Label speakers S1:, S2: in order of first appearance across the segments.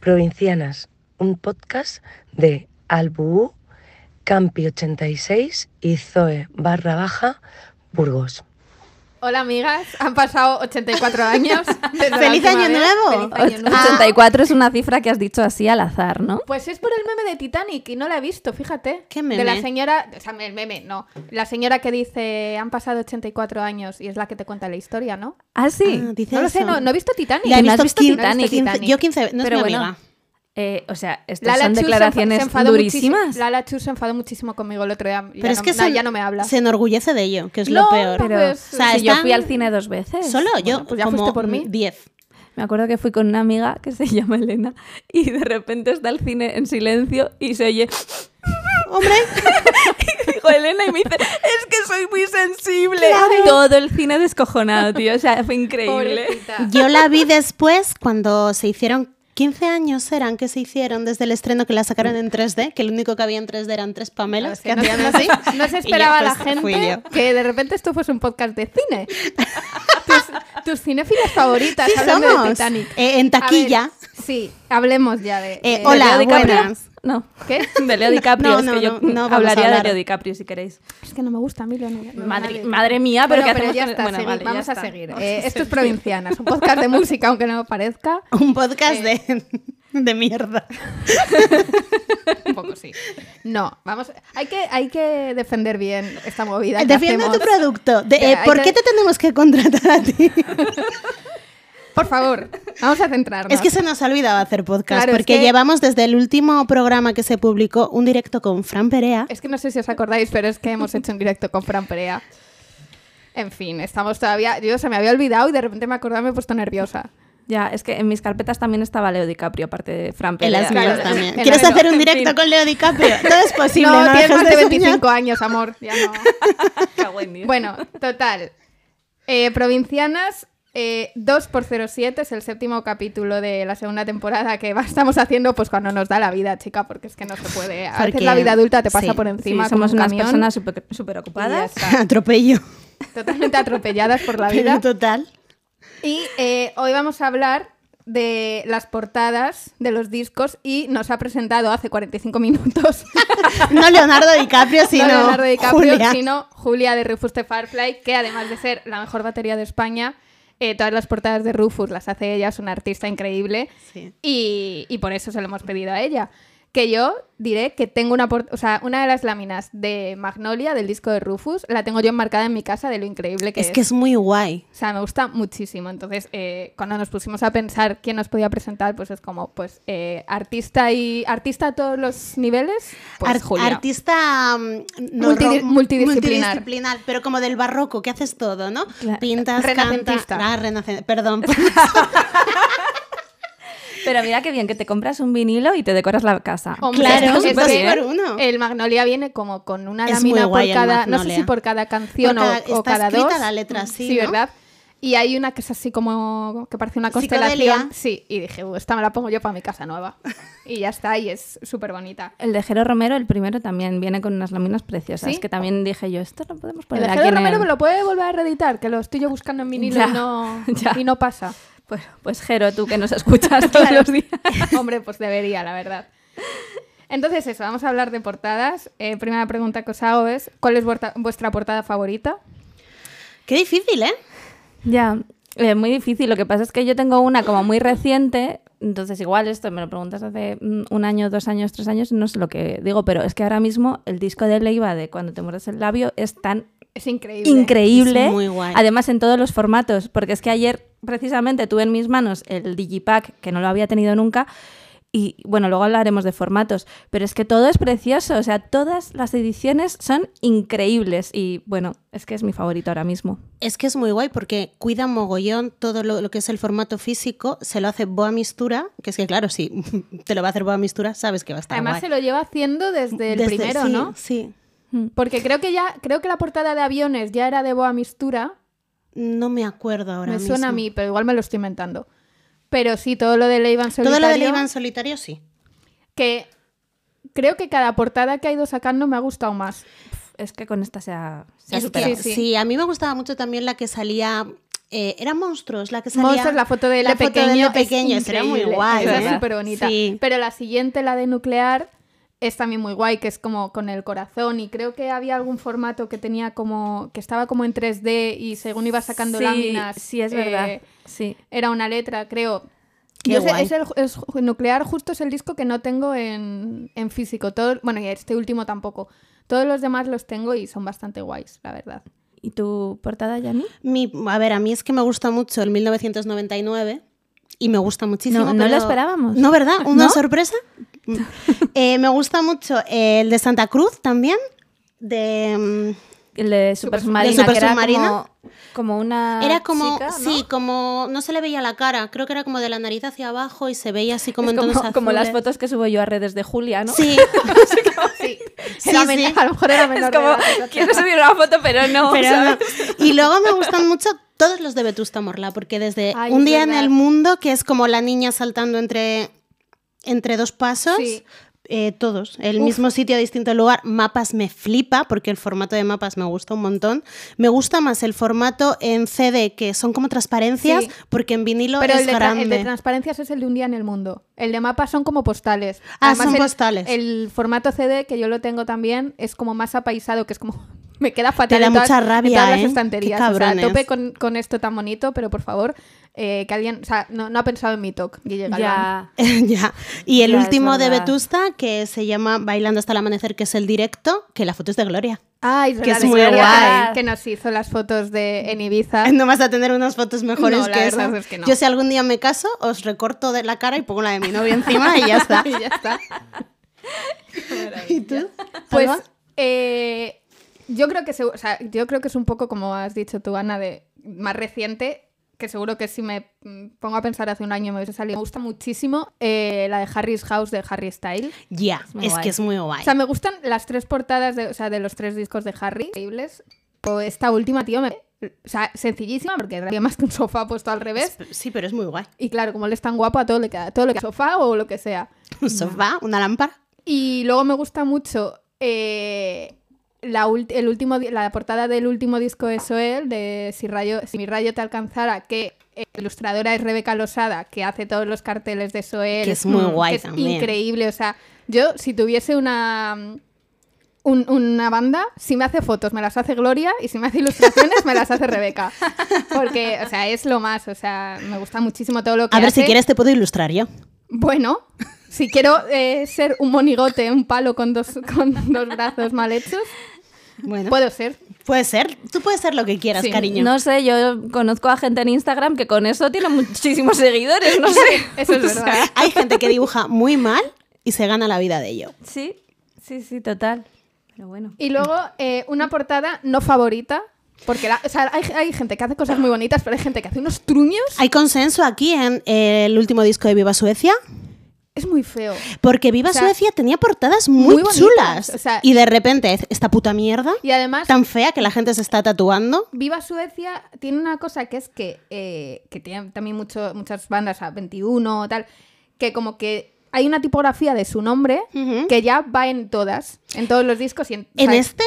S1: Provincianas, un podcast de Albuú, Campi86 y Zoe barra baja Burgos.
S2: Hola amigas, han pasado 84 años. desde la
S3: ¡Feliz
S2: última
S3: año
S2: vez.
S3: nuevo!
S2: ¡Feliz año nuevo!
S4: 84 es una cifra que has dicho así al azar, ¿no?
S2: Pues es por el meme de Titanic y no la he visto, fíjate.
S3: ¿Qué meme?
S2: De la señora, o sea, el meme, no. La señora que dice han pasado 84 años y es la que te cuenta la historia, ¿no?
S4: Ah, sí.
S3: Ah, dice
S2: No lo sé,
S3: eso.
S2: no, no he visto Titanic.
S3: La he
S4: ¿No has
S3: visto,
S4: visto
S3: 15,
S4: Titanic?
S3: 15, yo 15, no es
S4: Pero
S3: mi
S4: bueno,
S3: amiga.
S4: eh, o sea, estas
S2: Lala
S4: son
S2: Chu se enfa-
S4: declaraciones
S2: se enfadó
S4: durísimas.
S2: muchisi- Lala Chu se enfadó muchísimo conmigo el otro día. Ya
S3: Pero es
S2: no-
S3: que
S2: no,
S3: se,
S2: ya no me habla.
S3: se enorgullece de ello, que es lo
S2: No,
S3: peor.
S2: pero-
S4: Pero
S2: Pues,
S3: o sea,
S4: si yo
S3: están-
S4: fui al cine dos veces.
S3: Solo yo,
S2: Bueno, pues ya
S3: como
S2: fuiste por mí.
S3: 10.
S4: Me acuerdo que fui con una amiga que se llama Elena y de repente está el cine en silencio y se oye.
S3: Hombre,
S4: Y dijo Elena y me dice: Es que soy muy sensible. Todo el cine descojonado, tío. O sea, fue increíble.
S2: Pobrecita.
S3: yo la vi después cuando se hicieron 15 años eran que se hicieron desde el estreno que la sacaron en 3D, que el único que había en 3D eran tres
S2: O
S3: Pamelas que
S2: sea, no,
S3: hacían
S2: no
S3: así.
S2: se- no se esperaba
S3: Y yo,
S2: la
S3: pues, fui
S2: gente
S3: yo.
S2: que de repente esto fuese un podcast de cine. Tus, tus cinéfilas favoritas,
S3: Sí
S2: hablando de
S3: somos.
S2: Titanic.
S3: Eh, en
S2: A ver,
S3: taquilla.
S2: sí, hablemos ya de.
S3: Eh,
S2: de-
S3: hola.
S4: ¿De Leo DiCaprio?
S3: buenas.
S4: No.
S2: ¿Qué?
S4: De Leo DiCaprio.
S3: no,
S4: es que
S3: no,
S4: yo
S3: no, no vamos a
S4: hablaría de
S3: hablar.
S4: Leo DiCaprio si queréis.
S2: Es que no me gusta a mí, Leonora. No,
S4: Madre,
S2: nadie.
S4: madre mía, pero
S2: Bueno,
S4: ¿qué hacemos
S2: ya
S4: con el-
S2: está,
S4: bueno,
S2: segui-
S4: vale, ya
S2: vamos a
S4: está.
S2: seguir.
S4: Vamos a
S2: Eh, esto es Provincianas, un podcast de música, aunque no parezca.
S3: Un podcast
S2: Eh.
S3: de, de mierda.
S2: Un poco sí. No, vamos. Hay que, hay que defender bien esta movida. que
S3: Defiende tu
S2: hacemos.
S3: producto. De-
S2: Que
S3: eh,
S2: hay
S3: ¿Por
S2: que-
S3: qué te tenemos que contratar a ti?
S2: Por favor, vamos a centrarnos.
S3: Es que se nos ha olvidado hacer podcast,
S2: Claro, es
S3: porque
S2: que-
S3: llevamos desde el último programa que se publicó un directo con Fran Perea.
S2: Es que no sé si os acordáis, pero es que hemos hecho un directo con Fran Perea. En fin, estamos todavía. Yo se me había olvidado y de repente me acordaba y me he puesto nerviosa.
S4: Ya, es que en mis carpetas también estaba Leo DiCaprio, aparte de Fran
S3: En
S4: Perea.
S3: las
S2: Claro,
S3: mías
S2: es-
S3: también.
S2: en
S3: ¿Quieres
S2: las-
S3: hacer un
S4: en
S3: directo
S4: fin.
S3: con Leo DiCaprio? Todo es posible.
S2: no,
S3: no
S2: tienes
S3: dejes
S2: más de
S3: soñar.
S2: 25 años, amor. Ya no.
S4: Cago en Dios.
S2: Bueno, total. Eh, provincianas. 2 por 07 es el séptimo capítulo de la segunda temporada que va- estamos haciendo pues cuando nos da la vida, chica, porque es que no se puede. A veces
S3: Porque-
S2: la vida adulta te pasa
S3: sí,
S2: por
S4: Sí,
S2: encima. como
S4: somos
S2: un
S4: unas
S2: camión
S4: personas súper
S2: y
S4: súper
S2: ya
S4: ocupadas.
S2: está.
S3: Atropello.
S2: Totalmente atropelladas por la vida.
S3: Pero total.
S2: Y eh, hoy vamos a hablar de las portadas de los discos y nos ha presentado hace 45 minutos
S3: No Leonardo DiCaprio, sino
S2: no Leonardo DiCaprio,
S3: Julia.
S2: sino Julia de Rufus de Firefly, que además de ser la mejor batería de España, eh, todas las portadas de Rufus las hace ella, es una artista increíble
S3: Sí.
S2: y, y por eso se lo hemos pedido a ella. Que yo diré que tengo una, por- o sea, una de las láminas de Magnolia, del disco de Rufus, la tengo yo enmarcada en mi casa de lo increíble que es.
S3: Es que es muy guay.
S2: O sea, me gusta muchísimo. Entonces, eh, cuando nos pusimos a pensar quién nos podía presentar, pues es como, pues, eh, artista y artista a todos los niveles, pues
S3: Ar-
S2: Julia.
S3: Artista mm, no,
S2: Multidi-
S3: ro-
S2: multidisciplinar.
S3: multidisciplinar, pero como del barroco, que haces todo, ¿no?
S4: Cla-
S3: Pintas, cantas.
S2: Renacentista.
S3: Ah, renacen- Perdón.
S4: Pero mira qué bien que te compras un vinilo y te decoras la casa.
S2: Hombre,
S3: Claro,
S2: esto es
S3: es dos
S2: bien.
S3: por uno.
S2: El Magnolia viene como con una
S3: Es
S2: lámina
S3: muy
S2: por
S3: guay el
S2: cada, no sé
S3: Magnolia.
S2: si por cada canción
S3: Por cada-
S2: o, o
S3: está
S2: cada
S3: escrita
S2: dos.
S3: la letra, sí,
S2: Sí,
S3: ¿no?
S2: ¿verdad? Y hay una que es así como que parece una constelación.
S3: Psicodelia.
S2: Sí, y dije, "Uh, esta me la pongo yo para mi casa nueva. Y ya está, y es súper bonita.
S4: El de Jero Romero, el primero, también viene con unas láminas preciosas.
S2: ¿Sí?
S4: Que también dije yo, esto lo podemos
S2: El
S4: poner
S2: de
S4: aquí.
S2: Jero
S4: en
S2: Romero
S4: el-
S2: me lo puede volver a reeditar, que lo estoy yo buscando en vinilo
S4: Ya,
S2: y, no,
S4: ya.
S2: y no pasa.
S4: Pues, pues Jero, tú que nos escuchas todos los días.
S2: Hombre, pues debería, la verdad. Entonces, eso, vamos a hablar de portadas. Eh, primera pregunta que os hago es: ¿cuál es vuerta- vuestra portada favorita?
S3: Qué difícil, ¿eh?
S4: Ya, es muy difícil. Lo que pasa es que yo tengo una como muy reciente, entonces igual esto me lo preguntas hace mm, un año, dos años, tres años, no sé lo que digo, pero es que ahora mismo el disco de Leiva de Cuando te muerdes el labio es tan
S2: Es increíble.
S4: increíble,
S3: Es muy guay.
S4: además en todos los formatos, porque es que ayer precisamente tuve en mis manos el Digipack, que no lo había tenido nunca. Y bueno, luego hablaremos de formatos, pero es que todo es precioso, o sea, todas las ediciones son increíbles y bueno, es que es mi favorito ahora mismo.
S3: Es que es muy guay porque cuida mogollón todo lo, lo que es el formato físico, se lo hace Boa Mistura, que es que claro, si te lo va a hacer Boa Mistura, sabes que va a estar
S2: Además,
S3: guay.
S2: se lo lleva haciendo desde el
S3: Desde-
S2: primero,
S3: sí,
S2: ¿no?
S3: Sí.
S2: Porque creo que ya, creo que la portada de aviones ya era de Boa Mistura.
S3: No me acuerdo ahora
S2: me
S3: mismo.
S2: suena a mí, pero igual me lo estoy inventando. Pero sí, todo lo de Leivan solitario.
S3: Todo lo del Iván solitario, sí.
S2: Que creo que cada portada que ha ido sacando me ha gustado más.
S4: Es que con esta se ha, se ha
S3: Es
S4: superado.
S2: Sí,
S3: que,
S2: sí.
S3: sí, a mí me gustaba mucho también la que salía eh, era Monstruos la que salía.
S2: Monstruos, la foto de la,
S3: La foto del
S2: pequeño,
S3: de pequeño,
S2: es
S3: será muy
S2: increíble,
S3: guay,
S2: esa es
S4: ¿verdad?
S2: súper bonita.
S3: Sí.
S2: Pero la siguiente, la de nuclear, es también muy guay, que es como con el corazón. Y creo que había algún formato que tenía como. que estaba como en 3D y según iba sacando
S4: sí,
S2: láminas.
S4: Sí, es
S2: eh,
S4: verdad. Sí.
S2: Era una letra, creo.
S3: Qué
S2: Yo sé-
S3: guay.
S2: es el es ju- nuclear, justo es el disco que no tengo en, en físico. Todo, bueno, y este último tampoco. Todos los demás los tengo y son bastante guays, la verdad.
S4: ¿Y tu portada, Yanni?
S3: Mi- a ver, a mí es que me gusta mucho el 1999 y me gusta muchísimo.
S4: No, no
S3: pero-
S4: lo esperábamos.
S3: No, ¿verdad? Una
S4: ¿No?
S3: sorpresa. Eh, me gusta mucho el de Santa Cruz también. De, mm,
S4: El de Super Submarina.
S3: Super
S4: que era
S3: Submarina.
S4: Como, como una.
S3: mm, era como,
S4: Ah, chica, ¿no?
S3: sí, como no se le veía la cara, creo que era como de la nariz hacia abajo y se veía así como
S4: Es
S3: en
S4: como,
S3: tonos
S4: como las
S3: azules.
S4: fotos que subo yo a redes de Julia, ¿no?
S3: Sí,
S2: Sí,
S3: Sí,
S2: Era
S3: sí.
S2: men- a lo mejor era menor
S4: Es
S2: de
S4: como,
S2: edad, pero-
S4: quiero subir una foto, pero no.
S3: pero
S4: ¿sabes?
S3: no. Y luego me gustan mucho todos los de Vetusta Morla, porque desde
S2: Ay,
S3: Un
S2: es
S3: día en
S2: verdad.
S3: el mundo, que es como la niña saltando entre, entre dos pasos,
S2: Sí.
S3: eh, todos, el
S2: Uf.
S3: mismo sitio, distinto lugar. Mapas me flipa, porque el formato de mapas me gusta un montón. Me gusta más el formato en CD, que son como transparencias,
S2: Sí.
S3: porque en vinilo
S2: Pero
S3: es
S2: el de, tra-
S3: grande.
S2: el de transparencias es el de un día en el mundo. El de mapas son como postales.
S3: Ah, son
S2: el-
S3: postales.
S2: El formato CD, que yo lo tengo también, es como más apaisado, que es como. Me queda fatal.
S3: Te da
S2: en todas-
S3: mucha
S2: en
S3: rabia,
S2: todas las
S3: ¿eh?
S2: estanterías.
S3: Qué
S2: O sea, a
S3: cabrones.
S2: tope con, con esto tan bonito, pero por favor, eh, que alguien. O sea, no, no ha pensado en mi talk, Guille Galván.
S4: Ya.
S3: ya. Y el
S4: Ya, es
S3: último de
S4: verdad.
S3: Vetusta, que se llama Bailando hasta el amanecer, que es el directo, que la foto es de Gloria.
S2: Ay,
S3: Que es
S2: verdad,
S3: muy
S2: verdad,
S4: guay.
S2: Que nos hizo las fotos de en Ibiza.
S3: No vas a tener unas fotos mejores
S2: No, la
S3: que
S2: verdad
S3: esa.
S2: es que no.
S3: Yo si algún día me caso, os recorto de la cara y pongo la de mi novio encima y ya está.
S2: Y ya está.
S3: ¿Y tú?
S2: Pues
S3: ¿Alba?
S2: eh, yo creo que se- o sea, yo creo que es un poco como has dicho tú, Ana, de más reciente, que seguro que si me mm, pongo a pensar hace un año me hubiese salido. Me gusta muchísimo eh, la de Harry's House de Harry Style.
S3: Ya,
S4: muy
S3: es
S4: guay.
S3: que es muy guay.
S2: O sea, me gustan las tres portadas de, o sea, de los tres discos de Harry, increíbles. O esta última, tío, me- o sea, sencillísima, porque había más que un sofá puesto al revés.
S3: Sí, pero es muy guay.
S2: Y claro, como él es tan guapo, a todo le queda, todo le queda sofá o lo que sea.
S3: Un sofá, una lámpara.
S2: Y luego me gusta mucho eh, la, ult- el último, di- la portada del último disco de Soel, de si, rayo, si mi rayo te alcanzara, que eh, la ilustradora es Rebeca Losada, que hace todos los carteles de Soel.
S3: Que es muy
S2: Mm,
S3: guay
S2: que es
S3: también.
S2: increíble, o sea, yo si tuviese una... un- una banda, si me hace fotos me las hace Gloria y si me hace ilustraciones me las hace Rebeca. Porque, o sea, es lo más, o sea, me gusta muchísimo todo lo que
S3: A ver, si
S2: hace.
S3: quieres te puedo ilustrar yo.
S2: Bueno, si quiero eh, ser un monigote, un palo con dos, con dos brazos mal hechos,
S3: Bueno,
S2: puedo ser.
S3: puede ser. Tú puedes ser lo que quieras,
S2: Sí.
S3: cariño.
S4: No sé, yo conozco a gente en Instagram que con eso tiene muchísimos seguidores, no sé.
S2: Eso es
S4: O sea,
S2: verdad.
S3: Hay gente que dibuja muy mal y se gana la vida de ello.
S4: Sí, sí, sí, total. Pero bueno.
S2: Y luego, eh, una portada no favorita, porque la- o sea, hay, hay gente que hace cosas muy bonitas, pero hay gente que hace unos truños.
S3: Hay consenso aquí en eh, el último disco de Viva Suecia,
S2: Es muy feo.
S3: porque Viva
S2: O sea,
S3: Suecia tenía portadas muy,
S2: muy bonitas,
S3: chulas.
S2: o sea-
S3: y de repente, esta puta mierda,
S2: Y además,
S3: tan fea que la gente se está tatuando.
S2: Viva Suecia tiene una cosa que es que, eh, que tienen también mucho, muchas bandas, a 21 o tal, que como que hay una tipografía de su nombre
S3: Ujú.
S2: que ya va en todas, en todos los discos y en, o
S3: En
S2: sea,
S3: este,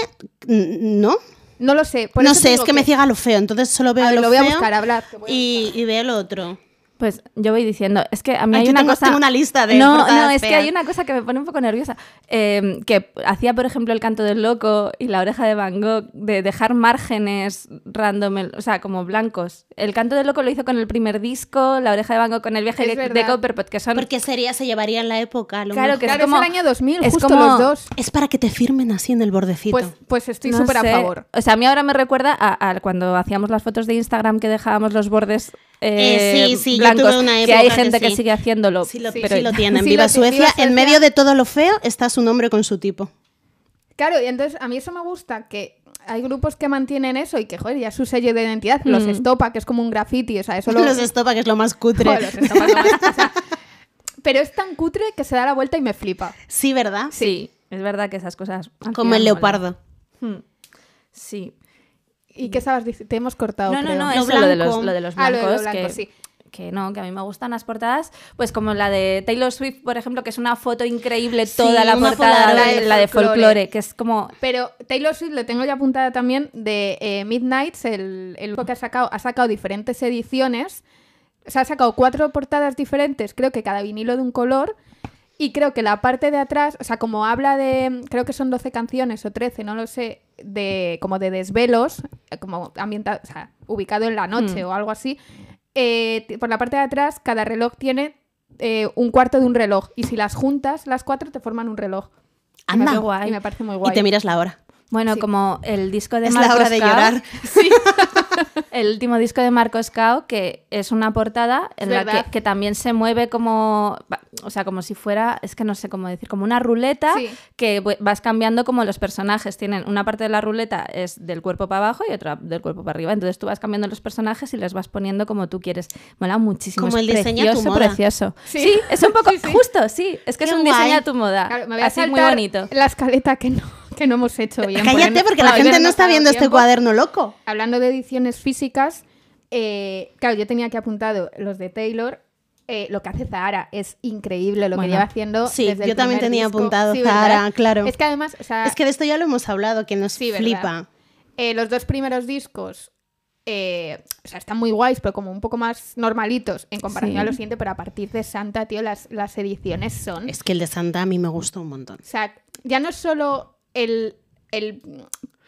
S3: n- no.
S2: No lo sé. por
S3: no
S2: eso
S3: sé,
S2: te
S3: es
S2: digo
S3: que, me ciega lo feo, entonces solo veo
S2: A ver,
S3: lo,
S2: lo voy a
S3: feo
S2: buscar, hablad, que voy a
S3: Y, y veo lo otro.
S4: Pues yo voy diciendo, es que a mí
S3: Ay,
S4: hay
S3: yo
S4: una
S3: tengo-
S4: cosa...
S3: tengo una lista de
S4: No,
S3: portadas
S4: no, es que
S3: feas.
S4: hay una cosa que me pone un poco nerviosa. eh, que hacía, por ejemplo, El canto del loco y La oreja de Van Gogh, de dejar márgenes random, el- o sea, como blancos. El canto del loco lo hizo con el primer disco, La oreja de Van Gogh con el viaje
S2: Es
S4: de- de,
S2: verdad.
S4: Copperpot, que son...
S3: Porque sería, se llevaría en la época. a lo
S4: Claro
S3: mejor.
S4: que
S2: Claro,
S4: es
S2: es
S4: como...
S2: el año 2000,
S4: es
S2: justo
S4: como-
S2: los dos.
S3: Es para que te firmen así en el bordecito.
S2: Pues, pues estoy
S4: no
S2: súper a
S4: sé.
S2: favor.
S4: O sea, a mí ahora me recuerda a, a cuando hacíamos las fotos de Instagram que dejábamos los bordes eh,
S3: Eh, sí, sí, yo
S4: blancos,
S3: tuve una
S4: que hay
S3: época que
S4: gente que,
S3: sí.
S4: sigue haciéndolo.
S3: sí lo,
S2: sí.
S3: sí lo tienen.
S2: Sí
S3: Viva,
S2: lo ti-
S3: Suecia,
S2: Viva Suecia.
S3: en medio de todo lo feo está su nombre con su tipo.
S2: Claro, y entonces a mí eso me gusta, que hay grupos que mantienen eso y que, joder, ya es su sello de identidad, los
S4: Mm.
S2: estopa, que es como un graffiti, o sea, eso lo...
S3: Los estopa, que es lo más cutre.
S2: Joder, los estopa es lo más- o sea, pero es tan cutre que se da la vuelta y me flipa.
S3: sí, ¿verdad?
S4: Sí, es verdad que esas cosas.
S2: ah,
S4: al
S3: Como
S4: final molan.
S3: el leopardo.
S4: Hmm. Sí.
S2: ¿Y qué estabas diciendo? Te hemos cortado,
S4: No, no,
S2: creo.
S4: no,
S3: Lo
S4: eso, lo, de los,
S3: blanco.
S4: lo de los
S2: Ah, lo
S4: blancos.
S2: de lo blanco,
S4: que,
S2: sí.
S4: que no, que a mí me gustan las portadas, pues como la de Taylor Swift, por ejemplo, que es una foto increíble toda la
S3: una
S4: portada,
S3: Polaroid
S4: de-
S2: de
S4: la de
S2: folclore.
S4: folclore, que es como
S2: Pero Taylor Swift le tengo ya apuntada también de eh, Midnights, el, el disco que ha sacado, ha sacado diferentes ediciones. O sea, ha sacado cuatro portadas diferentes, creo que cada vinilo de un color. Y creo que la parte de atrás, o sea, como habla de, creo que son 12 canciones o 13, no lo sé, de como de desvelos, eh, como ambientado, o sea, ubicado en la noche
S3: Mm.
S2: o algo así, eh, t- por la parte de atrás cada reloj tiene eh, un cuarto de un reloj. Y si las juntas, las cuatro, te forman un reloj.
S4: Anda.
S2: Y me parece-
S4: Qué guay.
S2: Y me parece muy guay.
S3: Y te miras la hora.
S4: Bueno,
S2: Sí.
S4: como el disco de
S3: es
S4: Marcos
S3: la hora de
S4: Cao,
S3: llorar.
S4: el último disco de Marcos Cao, que es una portada en
S2: Es
S4: la
S2: verdad.
S4: que, que también se mueve como, o sea, como si fuera, es que no sé cómo decir, como una ruleta
S2: Sí.
S4: que bu- vas cambiando como los personajes tienen una parte de la ruleta es del cuerpo para abajo y otra del cuerpo para arriba, entonces tú vas cambiando los personajes y les vas poniendo como tú quieres. Mola muchísimo,
S3: Como
S4: es
S3: el diseño a tu
S4: precioso,
S3: moda.
S4: precioso.
S2: Sí.
S4: Sí. es un poco
S2: Sí, sí.
S4: justo, sí, es que
S3: Qué
S4: es un
S3: guay.
S4: diseño a tu moda,
S2: Claro, me voy a
S4: así muy
S2: saltar
S4: bonito.
S2: La escaleta que no, que no hemos hecho bien.
S3: Cállate porque la
S2: hoy
S3: gente
S2: nos
S3: no
S2: ha
S3: está
S2: dado
S3: viendo este
S2: tiempo.
S3: cuaderno loco.
S2: Hablando de ediciones físicas, eh, claro, yo tenía que apuntado los de Taylor. eh, lo que hace Zahara es increíble lo que
S4: Bueno,
S2: lleva haciendo.
S3: sí,
S2: desde el
S3: yo también
S2: primer
S3: tenía
S2: disco.
S3: apuntado
S2: Sí, ¿verdad?
S3: Zahara, claro.
S2: Es que además, o sea,
S3: Es que de esto ya lo hemos hablado, que nos
S2: Sí, ¿verdad?
S3: flipa.
S2: eh, los dos primeros discos eh, o sea, están muy guays, pero como un poco más normalitos en comparación
S4: Sí.
S2: a lo siguiente. Pero a partir de Santa, tío, las, las ediciones son
S3: Es que el de Santa a mí me gustó un montón.
S2: O sea, ya no es solo el, el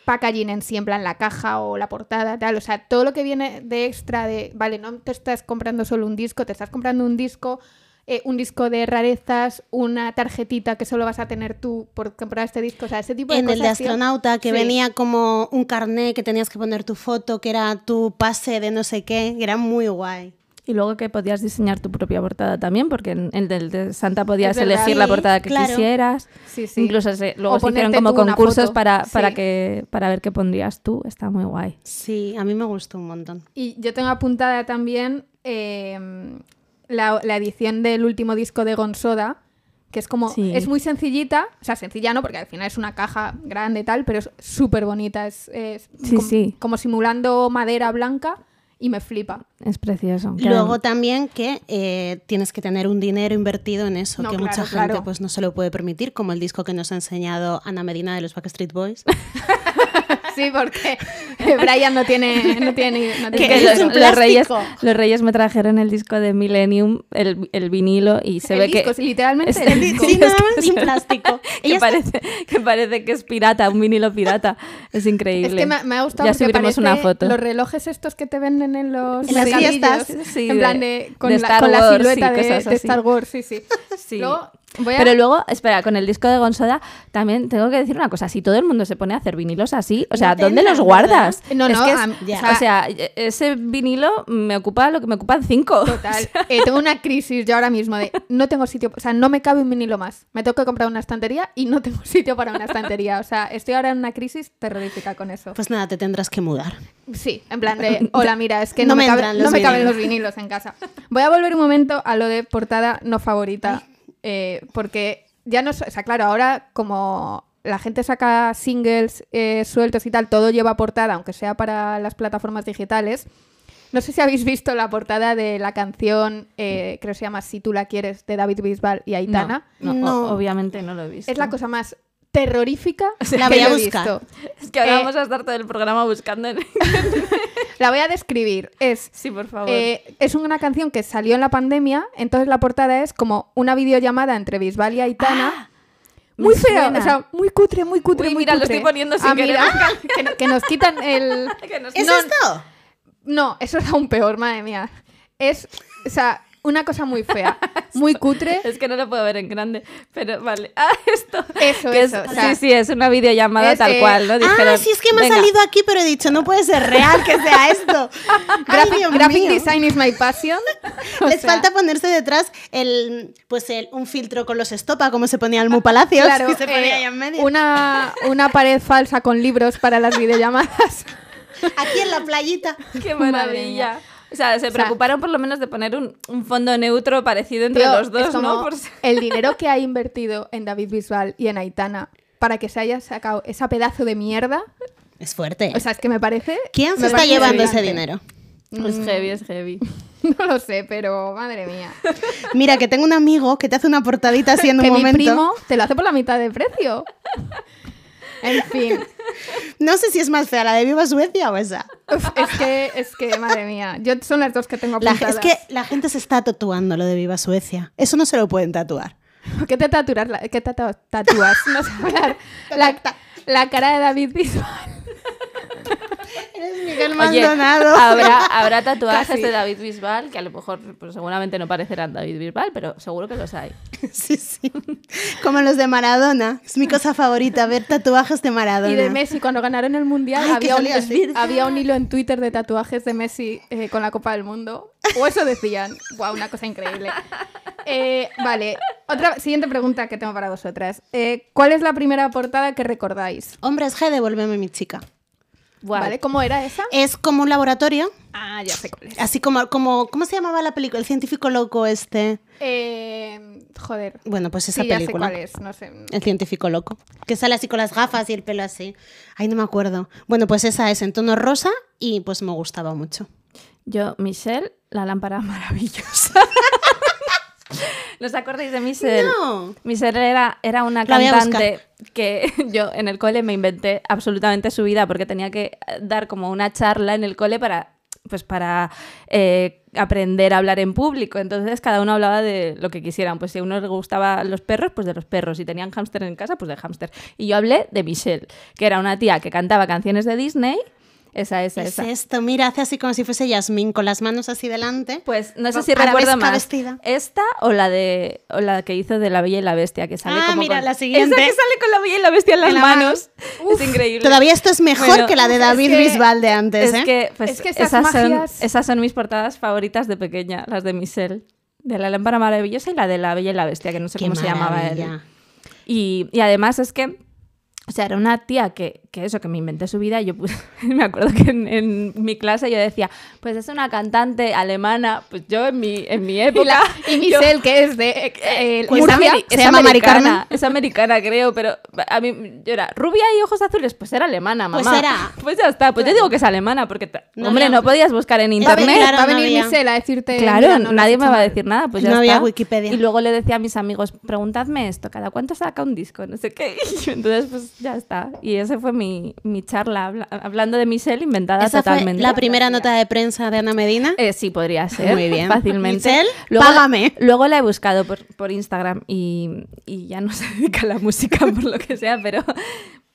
S2: packaging en sí, en plan la caja o la portada, tal. O sea, todo lo que viene de extra de, vale, no te estás comprando solo un disco, te estás comprando un disco, eh, un disco de rarezas, una tarjetita que solo vas a tener tú por comprar este disco. O sea, ese tipo de
S3: en
S2: cosas.
S3: el de
S2: tío.
S3: astronauta, que
S2: Sí.
S3: venía como un carné que tenías que poner tu foto, que era tu pase de no sé qué, que era muy guay.
S4: Y luego que podías diseñar tu propia portada también, porque en en el de Santa podías
S2: verdad.
S4: elegir la
S3: Sí,
S4: portada que
S3: claro.
S4: quisieras.
S2: Sí, sí.
S4: Incluso se- luego
S2: O
S4: se hicieron
S2: ponerte
S4: como
S2: tú una
S4: concursos
S2: foto.
S4: para, para,
S2: Sí.
S4: que, para ver qué pondrías tú. Está muy guay.
S3: Sí, a mí me gustó un montón.
S2: Y yo tengo apuntada también eh, la, la edición del último disco de Gonsoda, que es como,
S4: Sí.
S2: es muy sencillita, o sea, sencilla no, porque al final es una caja grande y tal, pero es súper bonita, es, es
S4: Sí,
S2: com-
S4: sí.
S2: como simulando madera blanca y me flipa.
S4: Es precioso.
S3: Luego también que eh, tienes que tener un dinero invertido en eso,
S2: No,
S3: que
S2: claro,
S3: mucha gente
S2: claro.
S3: pues no se lo puede permitir, como el disco que nos ha enseñado Ana Medina de los Backstreet Boys.
S2: Sí, porque Brian no tiene... No tiene, no tiene-
S4: Es
S3: que
S4: que
S3: es
S4: los,
S3: un
S4: los reyes,
S3: plástico.
S4: los reyes me trajeron el disco de Millennium, el, el vinilo, y se
S2: el
S4: ve
S2: disco,
S4: que...
S2: sí, literalmente
S4: es-
S2: el disco.
S3: Sí, nada
S4: es que
S3: más
S4: es
S3: sin
S4: verdad.
S3: plástico.
S4: Que
S3: Ella
S4: parece, que parece que es pirata, un vinilo pirata. Es increíble.
S2: Es que me, me ha gustado
S4: Ya
S2: porque
S4: subiremos
S2: parece
S4: una foto.
S2: los relojes estos que te venden en los
S3: En las
S2: mercadillos,
S3: fiestas.
S4: Sí,
S2: en plan
S4: de-
S2: de, con,
S4: de
S2: la,
S4: Star
S2: con la
S4: Wars
S2: silueta
S4: y
S2: de,
S4: cosas
S2: de
S4: así.
S2: Star Wars, sí, sí.
S4: Sí.
S2: Luego voy a-
S4: Pero luego, espera, con el disco de Gonsoda también tengo que decir una cosa. Si todo el mundo se pone a hacer vinilos así, o sea, ¿dónde
S3: tendrán,
S4: los guardas?
S2: ¿verdad? No,
S4: Es
S2: no,
S4: que es-
S2: am-
S3: ya.
S4: o sea, e- ese vinilo me ocupa lo que me ocupan cinco.
S2: Total. Eh, tengo una crisis yo ahora mismo de no tengo sitio, o sea, no me cabe un vinilo más. Me tengo que comprar una estantería y no tengo sitio para una estantería. O sea, estoy ahora en una crisis terrorífica con eso.
S3: Pues nada, te tendrás que mudar.
S2: Sí, en plan de, hola, mira, es que no,
S3: No
S2: me,
S3: me
S2: cabe-
S3: entran
S2: no
S3: los
S2: me caben
S3: vinilos".
S2: los vinilos en casa. Voy a volver un momento a lo de portada no favorita, eh, porque ya no... so- O sea, claro, ahora como la gente saca singles eh, sueltos y tal, todo lleva portada, aunque sea para las plataformas digitales. No sé si habéis visto la portada de la canción, eh, creo que se llama Si tú la quieres, de David Bisbal y Aitana.
S4: No, no,
S3: No.
S4: o- obviamente no lo he visto.
S2: Es la cosa más terrorífica
S3: La
S2: que
S3: voy a
S2: yo he visto.
S3: buscar.
S4: Es que ahora
S2: Eh,
S4: vamos a estar todo el programa buscando. en-
S2: La voy a describir. Es
S4: sí, por favor.
S2: Eh, es una canción que salió en la pandemia, entonces la portada es como una videollamada entre Bisbal y
S4: Ah,
S2: Aitana.
S4: me
S2: muy fea,
S4: suena.
S2: o sea, muy cutre, muy cutre,
S4: Uy,
S2: muy
S4: mira, lo
S2: cutre.
S4: estoy poniendo sin
S2: Ah, mira, que, no- que nos quitan el...
S4: Que nos-
S3: ¿Es
S2: No,
S3: esto?
S2: No, eso es aún peor, madre mía. Es, o sea, una cosa muy fea, muy cutre.
S4: Es que no lo puedo ver en grande, pero vale. Ah, esto.
S2: Eso,
S4: Que
S2: eso,
S4: es-
S2: o sea,
S4: sí, sí, es una videollamada
S2: es,
S4: tal
S2: eh,
S4: cual, ¿no?
S3: Ah,
S4: Dijeron,
S3: sí, es que me
S4: "Venga".
S3: ha salido aquí, pero he dicho, no puede ser real que sea esto. Ay,
S2: Graphic,
S3: Dios
S2: graphic
S3: mío.
S2: design is my passion. O
S3: Les
S2: sea,
S3: falta ponerse detrás el, pues el, un filtro con los estopa, como se ponía Almu Palacios,
S2: Claro,
S3: que se ponía
S2: eh,
S3: ahí en medio.
S2: Una, una pared falsa con libros para las videollamadas.
S3: Aquí en la playita.
S4: ¡Qué
S2: Madre
S4: maravilla!
S2: mía.
S4: O sea, se
S2: O sea,
S4: preocuparon por lo menos de poner un, un fondo neutro parecido entre
S2: Tío,
S4: los dos,
S2: es como
S4: ¿no? Por si-
S2: El dinero que ha invertido en David Bisbal y en Aitana para que se haya sacado esa pedazo de mierda,
S3: Es fuerte.
S2: o sea, es que me parece...
S3: ¿Quién se
S2: me
S3: está
S2: parece
S3: llevando ese
S2: delirante.
S3: dinero?
S4: Es heavy, es heavy.
S2: No lo sé, pero madre mía.
S3: Mira, que tengo un amigo que te hace una portadita así en un
S2: que mi
S3: momento.
S2: primo te lo hace por la mitad de precio. En fin.
S3: No sé si es más fea la de Viva Suecia o esa.
S2: Uf, es que, es que, madre mía. Yo son las dos que tengo
S3: La-
S2: apuntadas.
S3: es que la gente se está tatuando lo de Viva Suecia. Eso no se lo pueden tatuar.
S2: ¿Qué te taturas? la- ¿Qué te ta- tatúas? No sé hablar. La, la cara de David Bisbal.
S3: Eres Miguel
S4: Oye,
S3: Maldonado.
S4: habrá, habrá tatuajes
S2: Casi.
S4: de David Bisbal, que a lo mejor pues, seguramente no parecerán David Bisbal, pero seguro que los hay.
S3: Sí, sí. Como los de Maradona. Es mi cosa favorita, ver tatuajes de Maradona.
S2: Y de Messi, cuando ganaron el mundial,
S3: Ay, que
S2: había, un,
S3: salía así.
S2: había un hilo en Twitter de tatuajes de Messi eh, con la Copa del Mundo. O eso decían. Guau, una cosa increíble. Eh, vale, otra siguiente pregunta que tengo para vosotras. Eh, ¿Cuál es la primera portada que recordáis?
S3: Hombres G, devuélveme mi chica.
S4: Guau.
S2: ¿Vale? ¿Cómo era esa?
S3: Es como un laboratorio,
S2: Ah, ya sé cuál es.
S3: así como, como ¿cómo se llamaba la película? El científico loco este.
S2: Eh, joder.
S3: Bueno, pues esa
S2: sí, ya
S3: película.
S2: sé cuál es, no sé.
S3: El científico loco. Que sale así con las gafas y el pelo así. Ay, no me acuerdo. Bueno, pues esa es en tono rosa y pues me gustaba mucho.
S4: Yo, Michelle, la lámpara maravillosa. ¿No os acordáis de Michelle?
S3: No.
S4: Michelle era, era una
S3: La voy a
S4: cantante que yo en el cole me inventé absolutamente su vida porque tenía que dar como una charla en el cole para, pues para eh, aprender a hablar en público. Entonces cada uno hablaba de lo que quisieran. Pues si a uno le gustaban los perros, pues de los perros. Si tenían hámster en casa, pues de hámster. Y yo hablé de Michelle, que era una tía que cantaba canciones de Disney. Esa, esa,
S3: Es
S4: esa.
S3: esto, mira, hace así como si fuese Yasmín con las manos así delante.
S4: Pues no sé
S3: Con
S4: si recuerdo
S3: arabesca
S4: más.
S3: vestida.
S4: Esta o la de o la que hizo de la Bella y la Bestia que sale
S3: Ah,
S4: como
S3: mira,
S4: con-
S3: la
S4: Esa
S3: siguiente.
S4: que sale con la Bella y la Bestia en las
S3: En la mano.
S4: manos. es increíble.
S3: Todavía esto es mejor
S4: Bueno,
S3: que la de
S2: es
S3: David
S2: que-
S3: Bisbal de antes,
S4: es
S3: ¿eh?
S4: que, pues,
S2: Es que esas
S4: esas, son,
S2: magias-
S4: esas son mis portadas favoritas de pequeña, las de Michelle. De la lámpara maravillosa y la de la Bella y la Bestia, que no sé
S3: Qué
S4: cómo se llamaba él.
S3: maravilla.
S4: Y, y además es que, o sea, era una tía que, que eso, que me inventé su vida. y Yo puse- me acuerdo que en, en mi clase yo decía, pues es una cantante alemana. Pues yo en mi, en mi
S2: Y, la,
S4: época.
S2: y
S4: yo-
S2: Michelle, que es de eh, eh,
S3: Pues
S2: Murcia,
S3: Ameri-
S4: es
S3: se llama Mari
S4: americana,
S3: Carmen.
S4: Es americana, creo, pero a mí yo era rubia y ojos azules, pues era alemana, mamá.
S3: Pues era.
S4: Pues ya está, pues yo digo que es alemana, porque, ta-
S3: No
S4: hombre,
S3: había-
S4: no podías buscar en internet.
S3: claro,
S2: va a
S3: no
S2: venir
S3: había.
S2: Michelle a decirte...
S4: Claro,
S2: "Mira, no lo has
S4: nadie me
S2: hecho
S4: va a
S2: mal".
S4: decir nada, pues ya
S3: No había
S4: está.
S3: Wikipedia.
S4: Y luego le decía a mis amigos, preguntadme esto, cada cuánto saca un disco, no sé qué. Y entonces, pues ya está. Y esa fue mi, mi charla, habla- hablando de Michelle inventada
S3: Esa
S4: totalmente.
S3: fue la primera nota de prensa de Ana Medina.
S4: Eh, sí, podría ser.
S3: Muy bien.
S4: Fácilmente.
S3: Michelle, págame.
S4: Luego la he buscado por, por Instagram y, y ya no se dedica a la música por lo que sea, pero,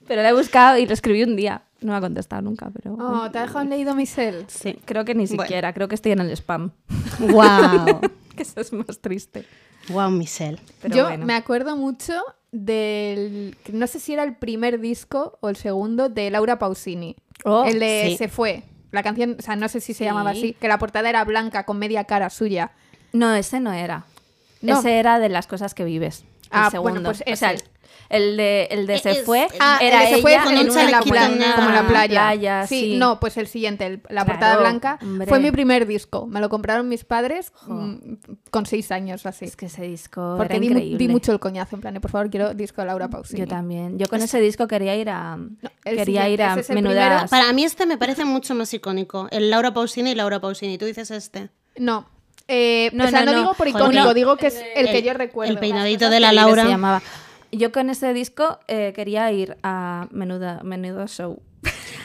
S4: pero la he buscado y lo escribí un día. No me ha contestado nunca, pero.
S2: Oh, te ha dejado en leído Michelle.
S3: Sí.
S4: Creo que ni
S3: Bueno.
S4: siquiera, creo que estoy en el spam.
S3: Wow.
S4: que eso es más triste.
S3: wow, Michelle.
S4: Pero
S2: Yo
S4: bueno.
S2: me acuerdo mucho del... No sé si era el primer disco o el segundo de Laura Pausini.
S4: Oh,
S2: el de
S3: sí.
S2: Se fue. La canción, o sea, no sé si se
S4: Sí.
S2: llamaba así, que la portada era blanca con media cara suya.
S4: No, ese no era.
S2: No.
S4: Ese era de las cosas que vives. El
S2: Ah,
S4: segundo.
S2: bueno, pues
S4: O sea,
S2: ese.
S4: el de, el de
S3: Eh,
S4: se
S3: es-
S4: fue
S3: Ah,
S4: era
S3: el de se fue
S4: ella
S3: con
S4: en
S3: un
S4: una
S3: chalequito
S4: playa,
S3: en una-
S2: como en la playa.
S4: sí.
S2: sí, no, pues el siguiente, el- la
S4: Claro,
S2: portada blanca.
S4: hombre.
S2: Fue mi primer disco. Me lo compraron mis padres
S4: Jo.
S2: mm, con seis años o así.
S4: Es que ese disco
S2: Porque
S4: era
S2: di, mu- di
S4: increíble.
S2: mucho el coñazo, en plan, de, por favor, quiero disco de Laura Pausini.
S4: Yo también. Yo con ese disco quería ir a
S2: el
S4: quería ir a
S2: siguiente, ese es el
S4: menudas.
S3: Para mí este me parece mucho más icónico. El Laura Pausini y Laura Pausini. Tú dices este.
S2: No. Eh,
S4: No,
S2: o sea,
S4: no,
S2: no,
S4: no.
S2: digo por
S3: Joder,
S2: icónico,
S3: no.
S2: digo que es el, que yo recuerdo.
S3: El peinadito de la Laura.
S4: Se llamaba. Yo con ese disco eh, quería ir a menuda menudo show.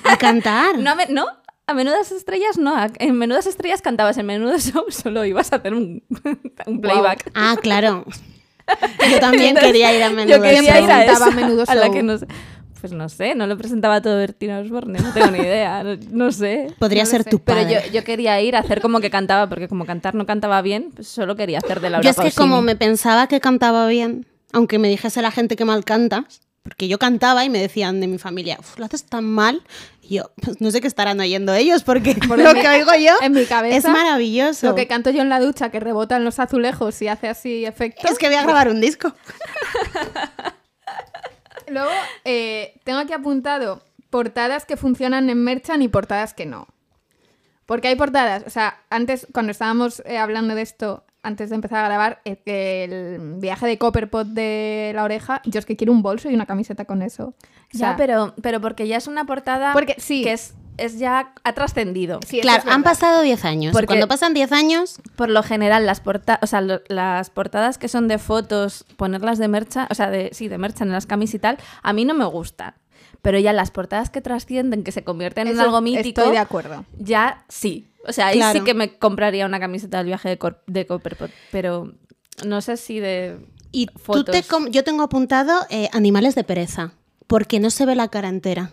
S3: A cantar.
S4: No, a me- no, a menudas estrellas no. a- en menudas estrellas cantabas, en menudo show solo ibas a hacer un, un playback.
S3: Ah, claro. Yo también quería ir a menudo.
S4: Yo quería
S3: show.
S4: ir a
S2: presentaba
S4: esa,
S2: Menudo
S4: a la
S2: Show?
S4: que no sé. Pues no sé, no lo presentaba todo Bertina Osborne, no tengo ni idea, no, no sé.
S3: Podría
S2: No lo
S3: ser
S2: sé,
S3: tu padre.
S4: Pero yo, yo quería ir a hacer como que cantaba, porque como cantar no cantaba bien, pues solo quería hacer de Laura
S3: Yo es que
S4: Pausini.
S3: como me pensaba que cantaba bien, aunque me dijese la gente que mal cantas, porque yo cantaba y me decían de mi familia, "Uf, lo haces tan mal, y yo pues, no sé qué estarán oyendo ellos, porque
S2: Porque
S3: lo
S2: me-
S3: que oigo yo
S2: en mi cabeza,
S3: es maravilloso.
S2: Lo que canto yo en la ducha, que rebota en los azulejos y hace así efectos.
S3: es que voy a grabar un disco.
S2: Luego, eh, tengo aquí apuntado portadas que funcionan en Merchan y portadas que no. Porque hay portadas, o sea, antes, cuando estábamos eh, hablando de esto, antes de empezar a grabar, eh, que el viaje de Copperpot de la oreja, yo es que quiero un bolso y una camiseta con eso. O
S4: Ya,
S2: sea,
S4: pero, pero porque ya es una portada
S2: Porque sí.
S4: que es es ya ha trascendido.
S2: Sí, eso
S3: claro,
S2: es
S3: han
S2: verdad.
S3: pasado 10 años.
S4: Porque-
S3: Cuando pasan 10 años,
S4: Por lo general, las, porta o sea, lo- las portadas que son de fotos, ponerlas de mercha, o sea, de, sí, de mercha en las camis y tal, a mí no me gustan. Pero ya las portadas que trascienden, que se convierten en
S2: Eso
S4: algo mítico,
S2: Estoy de acuerdo.
S4: ya sí. O sea, ahí
S3: Claro.
S4: sí que me compraría una camiseta del viaje de, Cor- de Copperpot, pero no sé si de
S3: y tú
S4: fotos.
S3: te com- yo tengo apuntado eh, animales de pereza, porque no se ve la cara entera.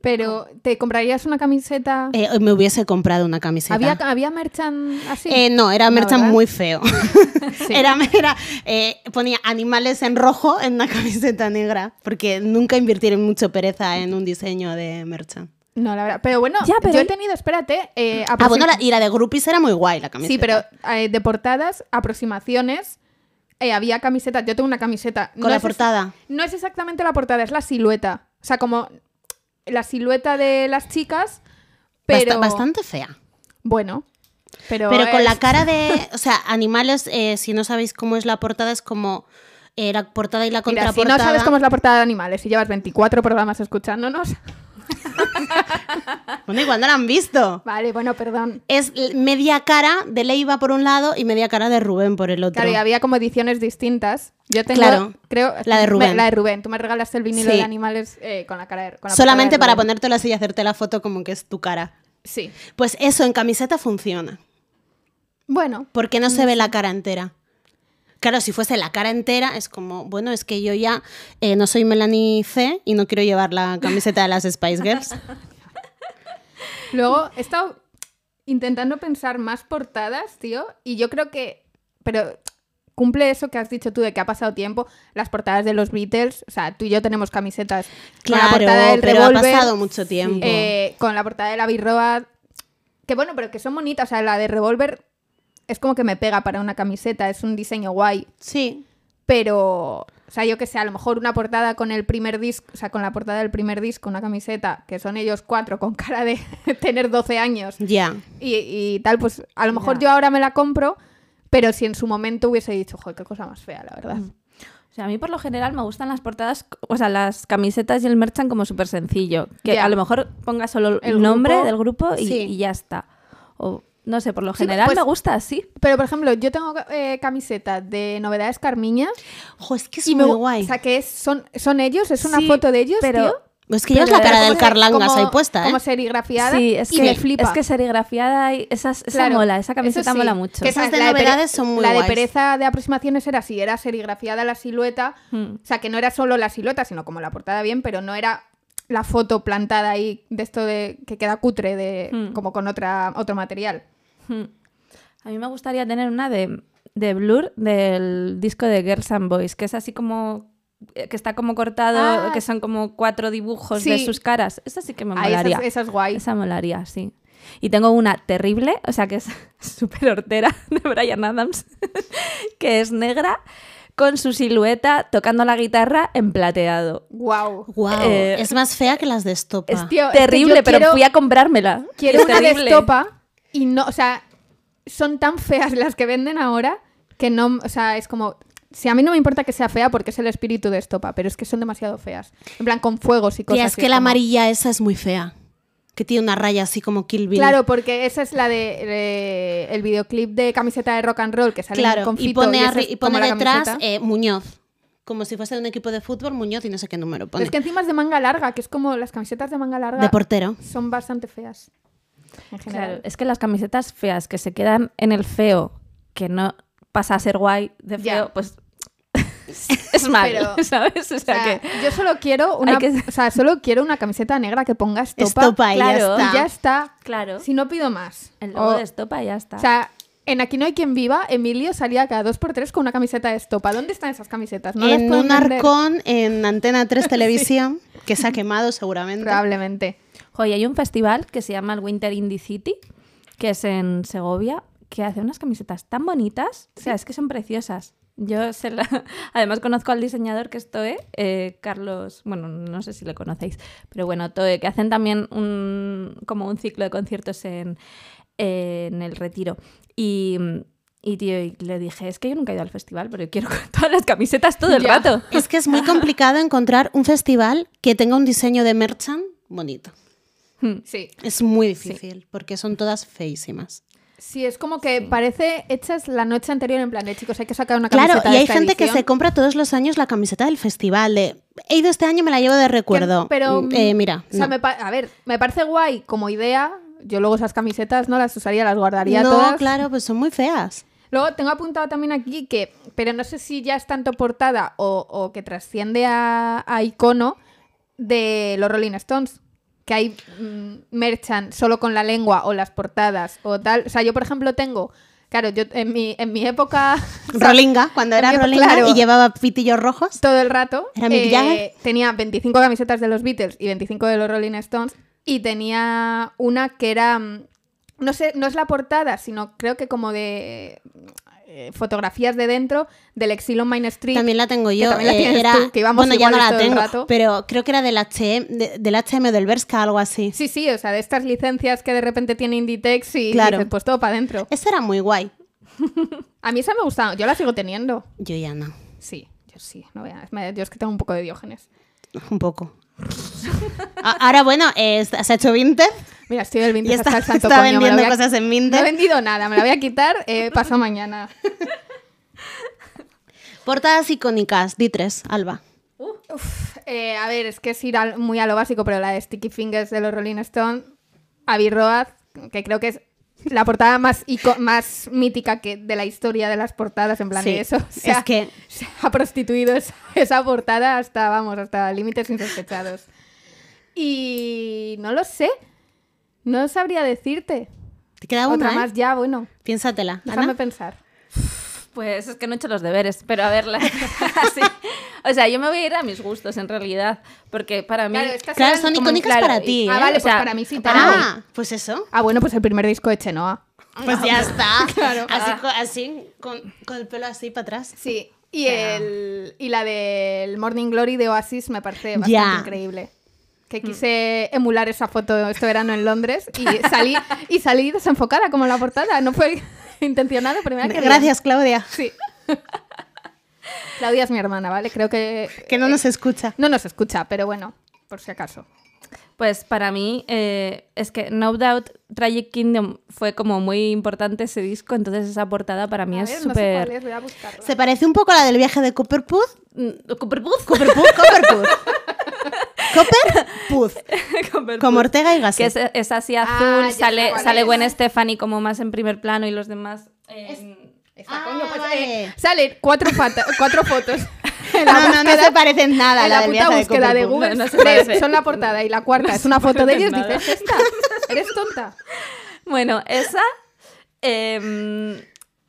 S2: Pero, ¿te comprarías una camiseta?
S3: Eh, me hubiese comprado una camiseta.
S2: ¿Había, ¿Había merchan así?
S3: Eh, no, era
S2: La
S3: merchan
S2: verdad.
S3: muy feo.
S2: Sí.
S3: Era, era, eh, ponía animales en rojo en una camiseta negra, porque nunca invirtieron mucho pereza en un diseño de merchan.
S2: No, la verdad. Pero bueno,
S4: Ya, pero
S2: yo he
S4: hay-
S2: tenido, espérate. eh,
S3: Ah, bueno,
S2: aproxim-
S3: la- y la de groupies era muy guay la camiseta.
S2: Sí, pero eh, de portadas, aproximaciones. eh, había camisetas. Yo tengo una camiseta.
S3: Con
S2: No
S3: la
S2: es-
S3: portada.
S2: No es exactamente la portada, es la silueta. O sea, como la silueta de las chicas, pero.
S3: Basta- bastante fea.
S2: Bueno. Pero,
S3: Pero con
S2: es-
S3: la cara de. O sea, animales, eh, si no sabéis cómo es la portada, es como. eh, la portada y la
S2: Mira,
S3: contraportada.
S2: si no sabes cómo es la portada de animales y llevas 24 programas escuchándonos.
S3: Bueno, igual no la han visto.
S2: Vale, bueno, perdón.
S3: Es l- media cara de Leiva por un lado y media cara de Rubén por el otro.
S2: Claro, y había como ediciones distintas. Yo tengo,
S3: Claro,
S2: creo,
S3: la de Rubén.
S2: me- la de Rubén. Tú me regalaste el vinilo
S3: Sí.
S2: de animales eh, con la cara de, con la
S3: Solamente
S2: portada
S3: para
S2: de Rubén.
S3: ponértela así y hacerte la foto como que es tu cara.
S2: Sí.
S3: Pues eso en camiseta funciona.
S2: Bueno,
S3: Porque no se ve la cara entera. Claro, si fuese la cara entera, es como, bueno, es que yo ya eh, no soy Melanie C y no quiero llevar la camiseta de las Spice Girls.
S2: luego he estado intentando pensar más portadas, tío, y yo creo que. Pero cumple eso que has dicho tú de que ha pasado tiempo. Las portadas de los Beatles, o sea, tú y yo tenemos camisetas
S3: Claro,
S2: con la portada del
S3: pero ha
S2: Revolver,
S3: pasado mucho tiempo.
S2: eh, con la portada de la Birroa. Que bueno, pero que son bonitas. O sea, la de Revolver es como que me pega para una camiseta, es un diseño guay.
S3: sí,
S2: pero o sea, yo que sé, a lo mejor una portada con el primer disco, o sea, con la portada del primer disco, una camiseta, que son ellos cuatro con cara de tener 12 años
S3: ya.
S2: y, y tal, pues a lo mejor
S4: Ya.
S2: yo ahora me la compro, pero si en su momento hubiese dicho, joder, qué cosa más fea, la verdad.
S4: O sea, a mí por lo general me gustan las portadas, o sea, las camisetas y el merchan como súper sencillo. Que
S2: Ya.
S4: a lo mejor ponga solo el,
S2: El
S4: nombre
S2: grupo.
S4: del grupo y,
S3: Sí.
S4: y ya está. O no sé, por lo
S2: Sí,
S4: general
S2: pues-
S4: me gusta así.
S2: Pero, por ejemplo, yo tengo eh, camiseta de Novedades Carmiña.
S3: Jo, es que es
S2: y me
S3: muy
S2: gu-
S3: guay.
S2: O sea, que es, son, son ellos, es una
S4: Sí,
S2: foto de ellos,
S4: pero-
S2: tío.
S3: es que llevas
S4: pero
S3: la cara
S2: Como
S3: del
S2: se-
S3: Carlangas
S2: como-
S3: ahí puesta,
S2: Como
S3: ¿eh?
S2: serigrafiada.
S4: Sí, es
S2: y
S4: que,
S2: me flipa.
S4: es que serigrafiada y esas, esa
S2: Claro,
S4: mola, esa
S2: eso
S4: camiseta
S2: sí.
S4: mola mucho.
S2: Que
S3: Esas de
S2: la pere-
S3: novedades son muy
S2: La de
S3: guays.
S2: pereza de aproximaciones era así, era serigrafiada la silueta.
S4: Mm.
S2: O sea, que no era solo la silueta, sino como la portada bien, pero no era la foto plantada ahí de esto de que queda cutre de
S4: Mm.
S2: como con otra otro material.
S4: Hmm. A mí me gustaría tener una de, de Blur del disco de Girls and Boys, que es así como eh, que está como cortado,
S2: Ah.
S4: que son como cuatro dibujos de
S2: Sí.
S4: sus caras. Esa sí que me
S2: Ahí
S4: molaría.
S2: esas, esas guay.
S4: Esa molaría, sí. Y tengo una terrible, o sea, que es súper hortera, de Brian Adams, que es negra, con su silueta tocando la guitarra en plateado.
S2: Wow.
S3: Guau,
S4: Eh,
S3: es más fea que las de estopa.
S2: Es tío, es que yo
S4: terrible, pero
S2: quiero,
S4: fui a comprármela.
S2: quiero
S4: Es
S2: una de
S4: terrible.
S2: estopa y no, o sea, son tan feas las que venden ahora que no, o sea, es como si a mí no me importa que sea fea porque es el espíritu de estopa, pero es que son demasiado feas. En plan con fuegos y cosas
S3: Tía, es
S2: así,
S3: que la
S2: como-
S3: amarilla esa es muy fea. Que tiene una raya así como Kill Bill.
S2: Claro, porque esa es la de, de- el videoclip de camiseta de rock and roll que sale
S3: Claro,
S2: en confito
S3: y pone,
S2: esa
S3: arri-
S2: es
S3: y pone
S2: como la
S3: detrás
S2: camiseta.
S3: eh, Muñoz. Como si fuese un equipo de fútbol, Muñoz y no sé qué número pone.
S2: Es que encima es de manga larga, que es como las camisetas de manga larga
S3: De portero.
S2: son bastante feas. En
S4: Claro,
S2: general.
S4: es que las camisetas feas que se quedan en el feo, que no pasa a ser guay de
S2: Ya.
S4: feo, pues es mal,
S2: Pero-
S4: ¿sabes? O
S2: O
S4: sea,
S2: sea,
S4: que...
S2: yo solo quiero una,
S4: Hay que-
S2: o sea, solo quiero una camiseta negra que ponga estopa,
S3: Estopa y ya
S4: claro,
S3: está.
S2: y ya está.
S4: Claro,
S2: Si no pido más.
S4: el logo
S2: O-
S4: de estopa y ya está.
S2: o sea, en Aquí no hay quien viva, Emilio salía cada dos por tres con una camiseta de estopa. ¿Dónde están esas camisetas? No las
S3: en
S2: pueden
S3: un
S2: vender.
S3: arcón en Antena 3 Televisión, que se ha quemado seguramente.
S2: Probablemente.
S4: Jo, y hay un festival que se llama el Winter Indie City, que es en Segovia, que hace unas camisetas tan bonitas. O sea, es que son preciosas. Yo se la... además conozco al diseñador que es Toe, eh, Carlos, bueno, no sé si le conocéis, pero bueno, Toe, que hacen también un, como un ciclo de conciertos en, en el retiro. Y, y, tío, y le dije, es que yo nunca he ido al festival, pero yo quiero todas las camisetas todo el
S2: Ya.
S4: rato.
S3: Es que es muy complicado encontrar un festival que tenga un diseño de merchan bonito.
S4: Hmm.
S2: Sí.
S3: Es muy difícil, porque son todas feísimas.
S2: Sí, es como que parece hechas la noche anterior en plan de chicos, hay que sacar una camiseta.
S3: Claro, y
S2: de
S3: hay
S2: esta
S3: gente que se
S2: edición".
S3: compra todos los años la camiseta del festival. de, he ido este año, me la llevo de recuerdo.
S2: Que- pero, mm,
S3: Eh, mira,
S2: O sea,
S3: no.
S2: me pa- a ver, me parece guay como idea. Yo luego esas camisetas no las usaría, las guardaría
S3: no,
S2: todas.
S3: claro, pues son muy feas.
S2: Luego tengo apuntado también aquí que, pero no sé si ya es tanto portada o, o que trasciende a, a icono de los Rolling Stones. Que hay mm, merchan solo con la lengua o las portadas o tal. O sea, yo por ejemplo tengo, claro, yo en mi, en mi época o sea,
S3: Rolinga, cuando era
S2: también,
S3: Rolinga
S2: claro.
S3: y llevaba pitillos rojos.
S2: todo el rato, eh,
S3: ¿Era Mick Jagger?
S2: tenía 25 camisetas de los Beatles y 25 de los Rolling Stones y tenía una que era, mm, no sé, no es la portada, sino creo que como de eh, fotografías de dentro del Exilon Main Street.
S3: También la tengo yo.
S2: también la
S3: eh,
S2: tienes
S3: era-
S2: tú, que íbamos
S3: bueno, ya no
S2: iguales
S3: la
S2: todo el
S3: tengo,
S2: rato.
S3: pero creo que era del HM, de- del HM del Berska, algo así.
S2: Sí, sí, o sea, de estas licencias que de repente tiene Inditex y
S3: Claro.
S2: dices, pues todo para adentro.
S3: Esa era muy guay.
S2: A mí esa me gustaba, yo la sigo teniendo.
S3: Yo ya no,
S2: Sí, yo sí, no veas, me- yo es que tengo un poco de diógenes.
S3: un poco. A- Ahora, bueno, eh, se ha hecho vintage
S2: Mira, estoy del 20
S3: y está,
S2: hasta el santo
S3: está
S2: coño, me la
S3: vendiendo
S2: voy a-
S3: cosas en
S2: No he
S3: vintage.
S2: vendido nada, me la voy a quitar eh, pasado mañana.
S3: Portadas icónicas, di tres, Alba.
S2: Uf, eh, a ver, es que es ir al- muy a lo básico, pero la de Sticky Fingers de los Rolling Stone, Abbey Road, que creo que es la portada más ico- más mítica que de la historia de las portadas, en plan
S3: Sí,
S2: de eso. se
S3: es
S2: ha-
S3: que-
S2: se ha prostituido esa, esa portada hasta, vamos, hasta límites insospechados. Y no lo sé, no sabría decirte.
S3: ¿Te queda una?
S2: Otra
S3: eh?
S2: más ya, bueno,
S3: Piénsatela.
S2: déjame
S3: Ana.
S2: pensar.
S4: Pues es que no he hecho los deberes, pero a verla. O sea, yo me voy a ir a mis gustos en realidad, porque para mí...
S2: Claro, estas
S3: Claro,
S2: eran
S3: son
S2: como-
S3: icónicas
S4: claro,
S3: para
S4: y-
S3: ti.
S2: Ah,
S3: ¿eh?
S2: vale,
S4: O sea,
S2: pues para mí sí.
S4: para
S2: también.
S3: Ah, pues eso.
S2: Ah, bueno, pues el primer disco de Chenoa.
S3: Pues ya está.
S2: Claro. Ah.
S3: Así, co- así con, con el pelo así para atrás.
S2: Sí. Y, el, y la del Morning Glory de Oasis me parece bastante
S3: Ya. Mm.
S2: increíble. Que quise emular esa foto este verano en Londres y salí, y salí desenfocada como la portada. No fue intencionado, pero mira que bien.
S3: Gracias, Claudia,
S2: Sí. Claudia es mi hermana, ¿vale? Creo que...
S3: que no nos escucha.
S2: No nos escucha, pero bueno, por si acaso.
S4: Pues para mí eh, es que No Doubt Tragic Kingdom fue como muy importante ese disco, entonces esa portada para mí
S2: A
S4: es
S2: ver, no sé
S4: súper...
S2: cuál es, voy a buscarla.
S3: Se parece un poco a la del viaje de Copperpud.
S4: Mm, Copperpuz.
S3: Copperpud, Copperpud. Copperpud.
S4: Copperpuz.
S3: Como Ortega y
S4: Que es,
S3: Gasset.
S4: es así
S2: Ah,
S4: azul,
S2: ya sé
S4: sale,
S2: cuál
S4: sale
S2: es.
S4: Gwen Stefani como más en primer plano y los demás... eh, en-
S2: Esta,
S3: Ah,
S2: coño, pues,
S3: vale.
S2: eh, salen cuatro, fata- cuatro fotos. en la
S3: No, no, no
S2: búsqueda.
S3: se parecen nada a
S2: en
S3: la,
S2: la,
S3: del
S2: puta
S3: viaje
S2: búsqueda de
S3: Copperpud.
S2: Google
S4: No, no se
S2: tres
S4: parece.
S2: son la portada y la cuarta es una foto de
S4: parece
S2: ellos
S4: en nada.
S2: dices esta eres tonta
S4: Bueno, esa... em,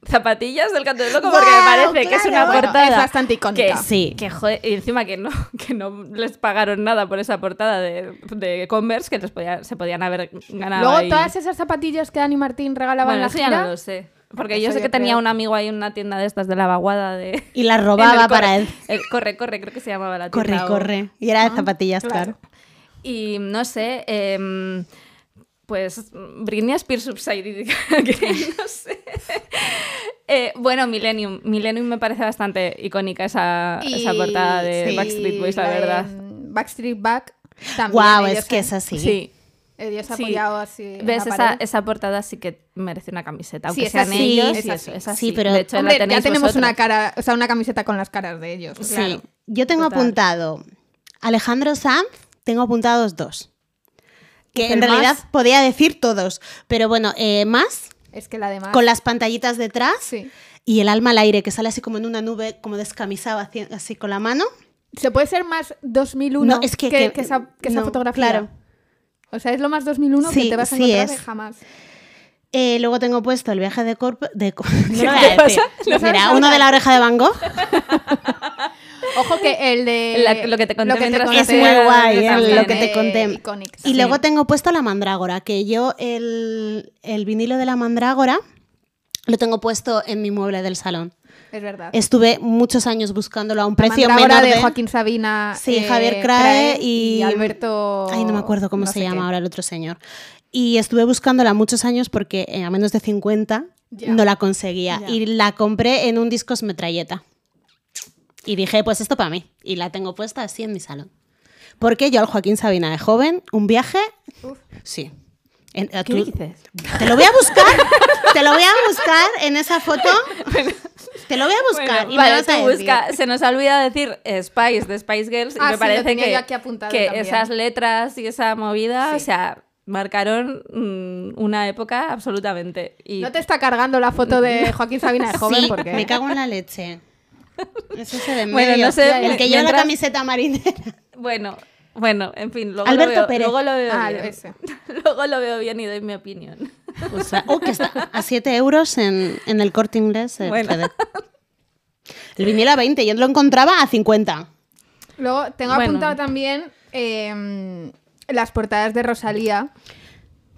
S4: zapatillas del canto del loco porque
S3: Guau,
S4: me parece que es una
S3: claro.
S2: Bueno,
S4: portada
S2: es bastante icónica
S4: que
S3: Sí.
S4: que joder, y encima que no que no les pagaron nada por esa portada de, de Converse que les podía- se podían haber ganado
S2: luego
S4: ahí.
S2: todas esas zapatillas que Dani Martín regalaba
S4: bueno,
S2: en la
S4: eso
S2: gira
S4: ya no lo sé porque
S2: Eso
S4: yo sé
S2: yo
S4: que tenía
S2: creo.
S4: un amigo ahí en una tienda de estas de la vaguada de
S3: Y la
S4: en
S3: robaba
S4: el corre-
S3: para él.
S4: el corre corre creo que se llamaba la
S3: Corre,
S4: tienda o-
S3: corre. Y era de zapatillas, claro.
S4: y no sé em, pues Britney Spears Subsided que no sé Eh, bueno, Millennium. Millennium me parece bastante icónica esa, esa
S2: Y-
S4: portada de
S2: sí,
S4: Backstreet Boys, la
S2: de
S4: verdad.
S2: Backstreet Back también
S3: Guau,
S2: ellos
S3: es que
S2: han-
S3: es así.
S4: Sí.
S2: ellos
S4: Sí.
S2: apoyado así en
S4: ¿Ves?
S2: la
S4: Esa,
S2: pared.
S4: esa portada sí que merece una camiseta, aunque
S2: Sí, es
S4: sean
S2: así,
S4: ellos.
S2: es
S4: y
S2: así.
S4: eso, es
S3: Sí,
S4: así.
S3: pero-
S4: de hecho,
S2: Hombre,
S4: la tenéis
S2: ya tenemos una
S4: vosotros.
S2: cara o sea una camiseta con las caras de ellos
S3: Sí.
S2: claro.
S3: Yo tengo
S4: Total.
S3: apuntado Alejandro Sanz, tengo apuntados dos. Que en
S2: El
S3: realidad
S2: más.
S3: podía decir todos. Pero bueno, eh, más,
S2: es que la demás
S3: con las pantallitas detrás
S2: sí
S3: y el alma al aire, que sale así como en una nube, como descamisado, así, así con la mano.
S2: se puede ser más 2001
S3: No, es que- que-
S2: esa, que esa
S3: no,
S2: fotografía
S3: claro.
S2: o sea es lo más 2001
S3: Sí,
S2: que te vas a
S3: sí
S2: encontrar de
S3: es.
S2: jamás
S3: Eh, luego tengo puesto el viaje de corp... De co- no
S4: ¿Qué
S3: lo voy a
S4: te
S3: decir.
S4: pasa?
S2: ¿No sabes
S3: Mira,
S2: hablar?
S3: uno de la oreja de Van Gogh.
S2: Ojo que el de.
S4: La- lo que te conté mientras
S3: Es
S4: Sí,
S3: muy
S4: era
S3: guay,
S4: de
S3: eh,
S4: San
S3: lo
S4: Juan,
S3: que te
S2: eh,
S3: conté.
S2: Iconic,
S3: Y
S2: sí.
S3: luego tengo puesto la mandrágora, que yo el, el vinilo de la mandrágora lo tengo puesto en mi mueble del salón.
S2: Es verdad.
S3: Estuve muchos años buscándolo a un
S2: La
S3: precio
S2: mandrágora
S3: menor
S2: de
S3: de-
S2: Joaquín Sabina.
S3: Sí,
S2: eh,
S3: Javier Crae y...
S2: Alberto.
S3: Ay, no me acuerdo cómo
S2: no
S3: se
S2: sé
S3: llama
S2: qué.
S3: ahora el otro señor. Y estuve buscándola muchos años porque eh, a menos de 50
S2: Ya.
S3: no la conseguía.
S2: Ya.
S3: Y la compré en un discos metralleta. Y dije, pues esto para mí. Y la tengo puesta así en mi salón. Porque yo al Joaquín Sabina de joven, un viaje, sí. En- a
S4: ¿Qué
S3: tu-
S4: dices?
S3: Te lo voy a buscar, te lo voy a buscar en esa foto. Te lo voy a buscar y me
S4: Vale,
S3: vas a
S4: tú
S3: decir.
S4: busca. Se nos ha olvidado decir eh, Spice de Spice Girls y
S2: Ah, sí,
S4: me
S2: lo
S4: parece
S2: tenía
S4: que,
S2: yo aquí apuntado
S4: que
S2: también.
S4: esas letras y esa movida, o
S2: Sí.
S4: sea, marcaron mm, una época absolutamente. Y
S2: No te está cargando la foto de Joaquín Sabina de joven
S3: Sí,
S2: porque
S3: me cago en la leche. Es ese de en
S4: Bueno,
S3: medio,
S4: no sé,
S3: el que lleva la
S4: mientras-
S3: camiseta marinera.
S4: bueno, bueno, en fin, luego
S3: Alberto
S4: lo veo,
S3: Pérez.
S4: Luego lo veo
S2: Ah,
S4: bien.
S2: ese.
S4: Luego lo veo bien y doy mi opinión.
S3: O sea, oh, que está a 7 euros en, en el corte inglés. El,
S4: Bueno.
S3: CD. El vinilo a 20, yo lo encontraba a 50.
S2: Luego tengo
S4: Bueno.
S2: apuntado también eh, las portadas de Rosalía,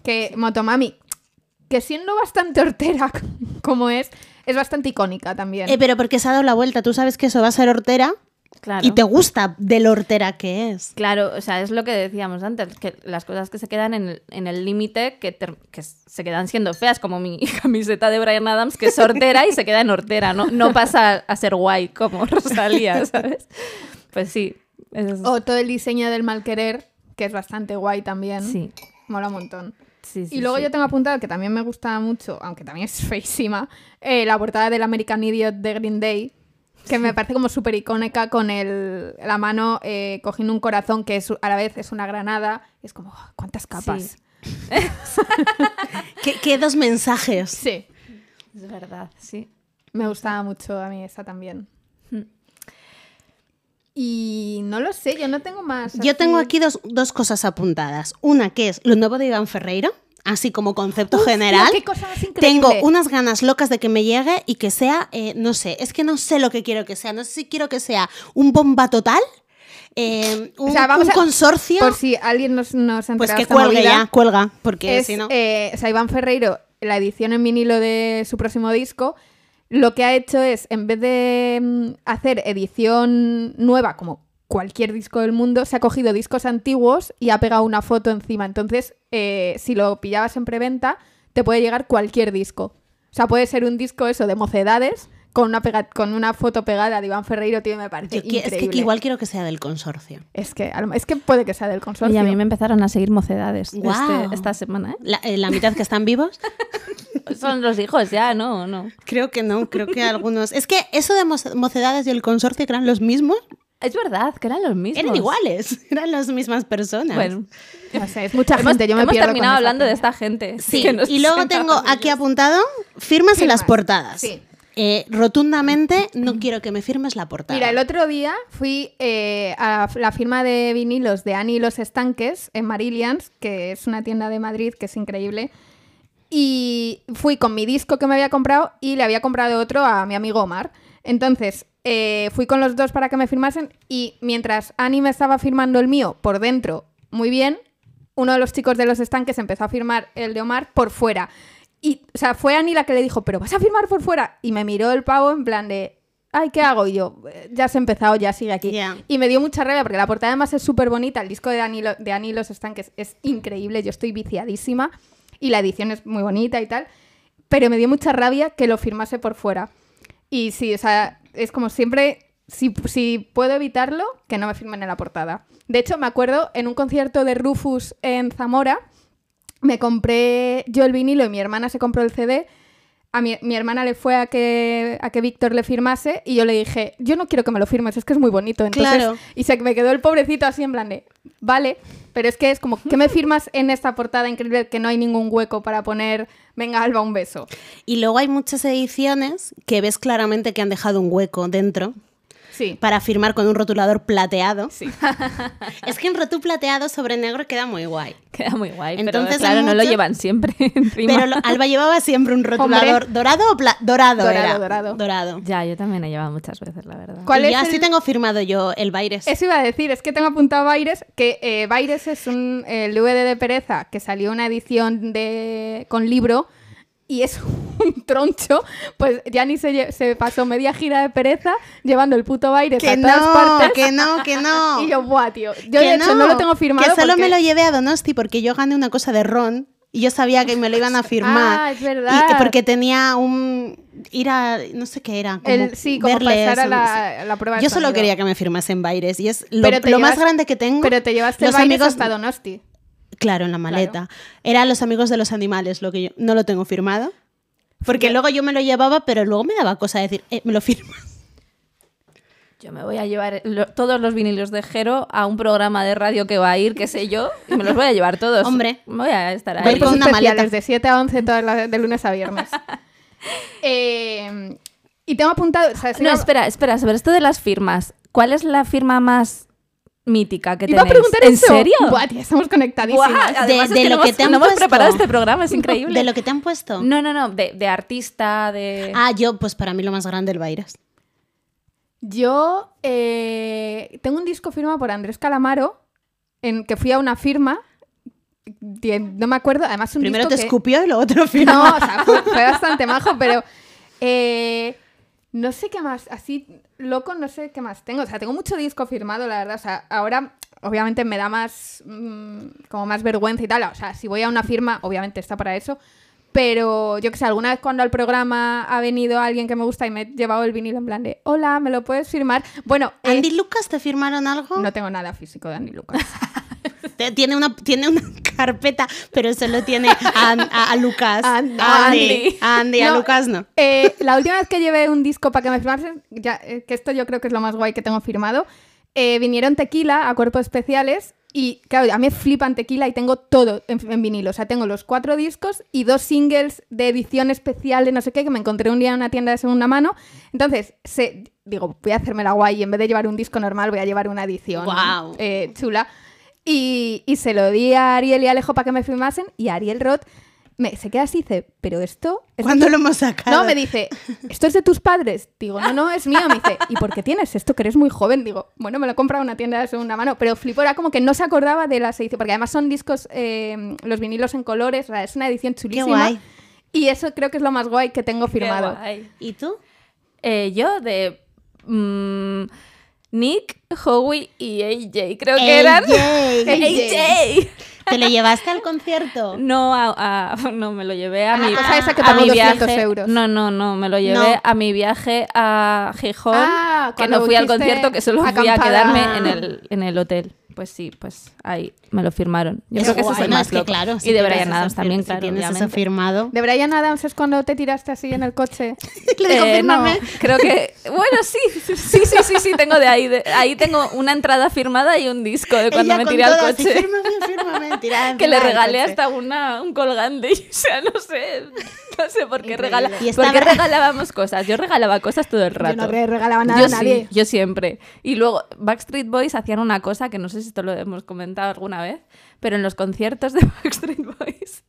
S2: que Motomami, que siendo bastante hortera como es, es bastante icónica también.
S3: Eh, pero porque se ha dado la vuelta, tú sabes que eso va a ser hortera
S4: Claro.
S3: y te gusta de lo hortera que es.
S4: Claro, o sea, es lo que decíamos antes, que las cosas que se quedan en el- en el límite, que, ter- que se quedan siendo feas, como mi camiseta de Brian Adams, que es hortera y se queda en hortera, ¿no? No pasa a ser guay como Rosalía, ¿sabes? Pues sí. es-
S2: o todo el diseño del mal querer, que es bastante guay también.
S4: sí,
S2: Mola un montón.
S4: sí, sí,
S2: y luego
S4: sí.
S2: yo tengo apuntado, que también me gusta mucho, aunque también es feísima, eh, la portada del American Idiot de Green Day, que me parece como súper icónica con el, la mano eh, cogiendo un corazón que es, a la vez es una granada. Es como, ¡oh, ¿cuántas capas?
S3: ¿Qué, qué dos mensajes?
S2: Sí.
S4: Es verdad, sí.
S2: Me gustaba mucho a mí esa también.
S4: Hmm.
S2: Y no lo sé, yo no tengo más.
S3: Yo tengo
S2: así.
S3: aquí dos, dos cosas apuntadas. Una que es lo nuevo de Iván Ferreira, así como concepto general.
S2: Hostia, qué cosa más increíble.
S3: Tengo unas ganas locas de que me llegue y que sea, eh, no sé, es que no sé lo que quiero que sea. No sé si quiero que sea un bomba total, eh, un,
S2: O sea, vamos
S3: un
S2: a-
S3: consorcio.
S2: Por si alguien nos, nos
S3: pues
S2: entera
S3: que
S2: esta
S3: cuelgue
S2: movida,
S3: ya, cuelga, porque
S2: es,
S3: si no.
S2: eh, o sea, Iván Ferreiro, la edición en vinilo de su próximo disco, lo que ha hecho es, en vez de mm, hacer edición nueva, como cualquier disco del mundo, se ha cogido discos antiguos y ha pegado una foto encima. Entonces, eh, si lo pillabas en preventa, te puede llegar cualquier disco. O sea, puede ser un disco eso de mocedades con una, pega- con una foto pegada de Iván Ferreiro, tío, me parece
S3: Yo qui- es que
S2: increíble.
S3: igual quiero que sea del consorcio.
S2: Es que, a lo- es que puede que sea del consorcio.
S4: Y a mí me empezaron a seguir mocedades
S3: Guau.
S4: este- esta semana,
S3: La, eh, la mitad que están vivos.
S4: ¿eh? Son los hijos ya, ¿no? no.
S3: Creo que no, creo que algunos. Es que eso de moce- mocedades y el consorcio que eran los mismos,
S4: Es verdad, que eran los mismos.
S3: eran iguales, eran las mismas personas.
S4: Bueno,
S2: No sé, es mucha
S4: hemos,
S2: gente, yo me
S4: hemos
S2: pierdo con
S4: terminado
S2: esa
S4: hablando de
S2: peña.
S4: esta gente.
S3: Sí,
S4: que nos
S3: y luego tengo
S4: sentamos
S3: aquí
S4: ellos.
S3: apuntado firmas, en las
S2: Firmas,
S3: portadas.
S2: sí.
S3: Eh, rotundamente no quiero que me firmes la portada.
S2: Mira, el otro día fui eh, a la firma de vinilos de Ani y los Estanques en Marillions, que es una tienda de Madrid que es increíble. Y fui con mi disco que me había comprado y le había comprado otro a mi amigo Omar. Entonces, eh, fui con los dos para que me firmasen y mientras Ani me estaba firmando el mío por dentro, muy bien, uno de los chicos de los estanques empezó a firmar el de Omar por fuera. Y, o sea, fue Ani la que le dijo, pero vas a firmar por fuera. Y me miró el pavo en plan de, ay, ¿qué hago? Y yo, "Eh, ya has empezado, ya sigue aquí.
S3: Ya.
S2: Y me dio mucha rabia porque la portada además es súper bonita. El disco de Ani, lo- de Ani y los estanques es increíble. Yo estoy viciadísima. Y la edición es muy bonita y tal. Pero me dio mucha rabia que lo firmase por fuera. Y sí, o sea, es como siempre, si, si puedo evitarlo, que no me firmen en la portada. De hecho, me acuerdo en un concierto de Rufus en Zamora, me compré yo el vinilo y mi hermana se compró el CD. A mi, mi hermana le fue a que, a que Víctor le firmase y yo le dije, yo no quiero que me lo firmes, es que es muy bonito. Entonces,
S3: Claro.
S2: Y se me quedó el pobrecito así en plan de, vale, pero es que es como, ¿qué me firmas en esta portada increíble que no hay ningún hueco para poner, venga Alba, un beso?
S3: Y luego hay muchas ediciones que ves claramente que han dejado un hueco dentro
S2: Sí.
S3: para firmar con un rotulador plateado.
S2: Sí.
S3: Es que en rotu plateado sobre negro queda muy guay.
S4: Queda muy guay.
S3: Entonces,
S4: pero, claro,
S3: hay
S4: no lo
S3: mucho-
S4: llevan siempre encima.
S3: Pero lo- Alba llevaba siempre un rotulador dorado o pla- dorado,
S2: Dorado,
S3: era.
S2: dorado.
S3: dorado.
S4: Ya, yo también he llevado muchas veces, la verdad.
S2: ¿Cuál
S3: Y
S2: es
S3: ya
S2: el-
S3: así tengo firmado yo el Baires.
S2: Eso iba a decir, es que tengo apuntado a Baires, que eh, Baires es un, eh, el DVD de Pereza, que salió una edición de, con libro y es un troncho, pues ya ni se, lle- se pasó media gira de Pereza llevando el puto Baires a
S3: que
S2: todas
S3: no,
S2: partes.
S3: que no, que no.
S2: Y yo, buah, tío. Yo
S3: Que
S2: de hecho no, lo tengo firmado.
S3: Que solo
S2: porque-
S3: me lo llevé a Donosti porque yo gané una cosa de Ron y yo sabía que me lo iban a firmar.
S2: Ah, es verdad.
S3: Y- y porque tenía un ir a no sé qué era como
S2: El- sí, como
S3: verles
S2: pasar a
S3: o no sé.
S2: la, a la prueba de
S3: yo solo
S2: sonido.
S3: quería que me firmasen Baires y es lo,
S2: Pero te
S3: lo más
S2: llevas-
S3: grande que tengo
S2: Pero te llevaste el
S3: Los
S2: baile
S3: amigos-
S2: hasta Donosti.
S3: claro en la maleta era los amigos de los animales lo que yo no lo tengo firmado porque luego yo me lo llevaba pero luego me daba cosa decir eh, me lo firmas
S4: Yo me voy a llevar lo- todos los vinilos de Jero a un programa de radio que va a ir, qué sé yo, y me los voy a llevar todos.
S3: Hombre.
S4: Voy a estar
S3: Voy
S4: ahí.
S3: con una
S2: especiales
S3: maleta.
S2: de 7 a 11 todas las, de lunes a viernes. Eh, y tengo apuntado... o sea, si
S4: No,
S2: iba-
S4: espera, espera, sobre esto de las firmas. ¿cuál es la firma más mítica que
S2: Iba a
S4: tenéis?
S2: preguntar
S4: ¿En
S2: eso.
S4: serio?
S2: Buah, tía, estamos
S4: Buah,
S2: conectadísimas.
S4: además
S3: De- de
S4: es que
S3: lo
S4: no
S3: que
S4: hemos,
S3: te han
S4: no hemos
S3: puesto.
S4: preparado este programa, es increíble.
S3: de lo que te han puesto
S4: No, no, no, de, de artista, de...
S3: ah yo pues para mí lo más grande el Baires
S2: Yo eh, tengo un disco firmado por Andrés Calamaro, en que fui a una firma, que no me acuerdo, además un
S3: primero te
S2: disco que-
S3: escupió y luego te lo firmó
S2: No, o sea, fue, fue bastante majo, pero eh, no sé qué más, así loco, no sé qué más tengo. O sea, tengo mucho disco firmado, la verdad. O sea, ahora obviamente me da más, mm, como más vergüenza y tal. O sea, si voy a una firma, obviamente está para eso. Pero yo que sé, alguna vez cuando al programa ha venido alguien que me gusta y me he llevado el vinilo en plan de, hola, ¿me lo puedes firmar? Bueno, eh,
S3: Andy Lucas te firmaron algo
S2: no tengo nada físico de Andy Lucas.
S3: Te- tiene una tiene una carpeta pero solo tiene a, a- a Lucas
S2: And-
S3: a
S4: Ah, Andy.
S3: Andy a Andy, a
S2: No,
S3: Lucas no
S2: Eh, la última vez que llevé un disco para que me firmasen, ya, eh, que esto yo creo que es lo más guay que tengo firmado, eh, vinieron Tequila a Cuerpos Especiales y, claro, a mí me flipan Tequila y tengo todo en, en vinilo. O sea, tengo los cuatro discos y dos singles de edición especial de no sé qué que me encontré un día en una tienda de segunda mano. Entonces, se, digo, voy a hacerme la guay y en vez de llevar un disco normal voy a llevar una edición
S3: Guau.
S2: eh, chula. Y, y se lo di a Ariel y a Alejo para que me firmasen y Ariel Roth me, se queda así y dice, pero esto... esto
S3: ¿Cuándo lo hemos sacado?
S2: no, me dice, ¿esto es de tus padres? Digo, no, no, es mío. Me dice, ¿y por qué tienes esto que eres muy joven? Digo, bueno, me lo he comprado en una tienda de segunda mano. Pero flipó, era como que no se acordaba de las ediciones. Porque además son discos, eh, los vinilos en colores, o sea, es una edición chulísima.
S3: guay.
S2: Y eso creo que es lo más guay que tengo
S4: Qué
S2: firmado.
S4: guay.
S3: ¿Y tú?
S4: Eh, yo de... mm, Nick, Howie y AJ, creo que eran... AJ.
S3: ¿Te lo llevaste al concierto?
S4: No, a- a- no, me lo llevé a
S2: Ah,
S4: mi,
S2: o sea, esa que
S4: a
S2: pagó
S4: mi
S2: 200
S4: viaje.
S2: euros.
S4: No, no, no, me lo llevé
S3: No.
S4: a mi viaje a Gijón,
S2: Ah,
S4: que
S2: cuando
S4: no fui al
S2: hiciste
S4: concierto, que solo fui a
S2: acampada.
S4: quedarme en el, en el hotel. Pues sí, pues ahí me lo firmaron. Yo
S3: Es
S4: creo que ese es
S3: guay,
S4: el
S3: no,
S4: más
S3: es que
S4: loco.
S3: claro, si
S4: y de
S3: tienes
S4: Brian
S3: eso
S4: Adams
S3: fir-
S4: también,
S3: si
S4: claro,
S3: tienes eso
S4: obviamente.
S3: firmado.
S2: ¿De Brian Adams es cuando te tiraste así en el coche?
S3: Le digo,
S4: Eh, no,
S3: "Fírmame".
S4: creo que bueno sí sí sí sí sí, sí, tengo de ahí de- ahí tengo una entrada firmada y un disco de cuando
S3: Ella
S4: me
S3: con
S4: tiré al
S3: todo así,
S4: coche
S3: fírmame, fírmame, tirada
S4: que le
S3: encima del
S4: regalé
S3: coche.
S4: hasta una, un colgante. O sea, no sé, no sé por qué,
S3: Increíble.
S4: regala,
S3: Y
S4: por
S3: estaba-
S4: qué regalábamos cosas. Yo regalaba cosas todo el
S2: Yo
S4: rato.
S2: no le regalaba nada
S4: Yo
S2: a
S4: sí,
S2: nadie.
S4: yo siempre. Y luego Backstreet Boys hacían una cosa que no sé si esto lo hemos comentado alguna vez, pero en los conciertos de Backstreet Boys,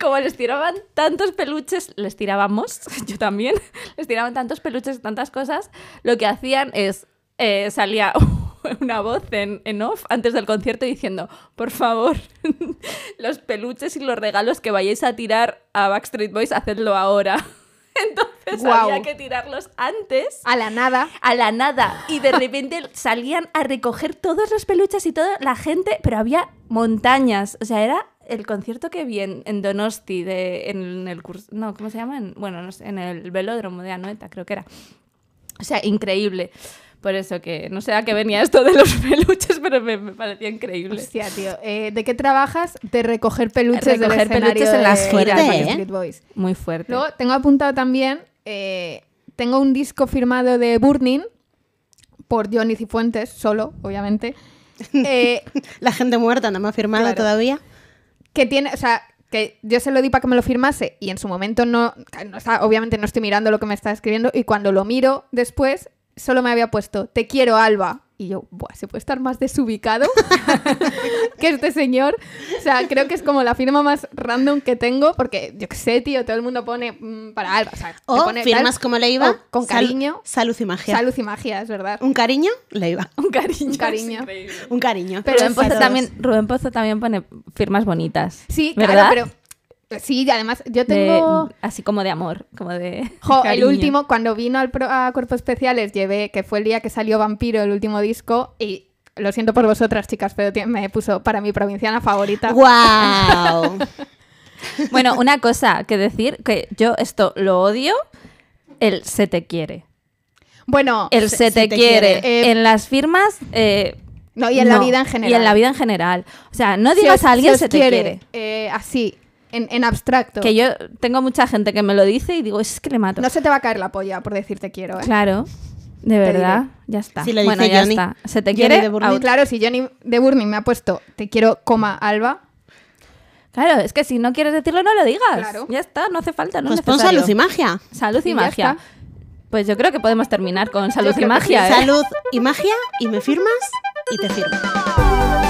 S4: como les tiraban tantos peluches, les tirábamos, yo también, les tiraban tantos peluches, tantas cosas, lo que hacían es, eh, salía una voz en, en off antes del concierto diciendo, por favor, los peluches y los regalos que vayáis a tirar a Backstreet Boys, hacedlo ahora. Entonces
S2: Guau.
S4: había que tirarlos antes
S2: A la nada.
S4: a la nada y de repente salían a recoger todos los peluches y toda la gente, pero había montañas, o sea, era el concierto que vi en, en Donosti de en el curso, no, ¿cómo se llama? En- bueno, no sé, en el velódromo de Anoeta, creo que era. O sea, increíble. Por eso que no sé a qué venía esto de los peluches, pero me, me parecía increíble.
S2: Hostia, tío. eh, ¿De qué trabajas? De recoger peluches del
S4: Recoger peluches
S2: escenario
S4: en las
S2: de-
S4: giras,
S2: de
S3: ¿eh?
S2: Backstreet Boys.
S4: Muy fuerte.
S2: Luego tengo apuntado también, eh, tengo un disco firmado de Burning por Johnny Cifuentes, solo, obviamente, eh,
S3: La gente muerta no me ha firmado
S2: Claro.
S3: todavía.
S2: que tiene, o sea, que yo se lo di para que me lo firmase y en su momento no, no está- obviamente no estoy mirando lo que me está escribiendo y cuando lo miro después solo me había puesto, te quiero Alba. Y yo, Buah, ¿se puede estar más desubicado que este señor? O sea, creo que es como la firma más random que tengo, porque yo qué sé, tío, todo el mundo pone mm, para Alba. O, sea, te
S3: O
S2: pone tal.
S3: firmas como le iba.
S2: O con
S3: sal-
S2: cariño.
S3: salud y magia.
S2: Salud y magia, es verdad.
S3: Un cariño, le iba.
S4: un cariño.
S2: Un cariño.
S4: es increíble.
S3: Un cariño.
S2: Pero
S4: Rubén,
S2: en para
S4: Pozo
S2: todos.
S4: también, Rubén Pozo también pone firmas bonitas.
S2: Sí,
S4: ¿verdad?
S2: claro, pero. Sí, y además yo
S4: De-
S2: tengo.
S4: así como de amor, como de
S2: Jo, el
S4: cariño.
S2: último, cuando vino al pro- a Cuerpos Especiales, llevé, que fue el día que salió Vampiro, el último disco, y lo siento por vosotras, chicas, pero tie- me puso para mi provinciana favorita.
S3: ¡Guau!
S4: Bueno, una cosa que decir, que yo esto lo odio, el se te quiere.
S2: Bueno,
S4: El se, te, quiere.
S2: quiere. Eh,
S4: en las firmas... eh,
S2: no, y en la
S4: no.
S2: vida en general.
S4: Y en la vida en general. O sea, no
S2: Si
S4: digas
S2: os-
S4: a alguien
S2: si os
S4: se te quiere.
S2: eh, así, en, en abstracto.
S4: Que yo tengo mucha gente que me lo dice y digo, es que le mato.
S2: No se te va a caer la polla por decir te quiero, ¿eh?
S4: Claro, de
S2: diré.
S4: verdad, ya está.
S3: Si lo
S4: bueno,
S3: dice
S4: ya
S3: Johnny.
S4: está. Se te
S3: Johnny
S4: quiere.
S3: de Burning.
S4: out.
S2: Y Ah, claro, si Johnny de Burning me ha puesto te quiero, coma, Alba,
S4: Claro, es que si no quieres decirlo, no lo digas.
S2: Claro.
S4: Ya está, no hace falta. No es
S3: Pues pon
S4: necesario.
S3: salud y magia.
S4: Salud y
S2: Y ya
S4: magia.
S2: está.
S4: Pues yo creo que podemos terminar con salud y ¿eh?
S2: creo que sí.
S4: magia. ¿eh?
S3: Salud y magia y me firmas y te firmo.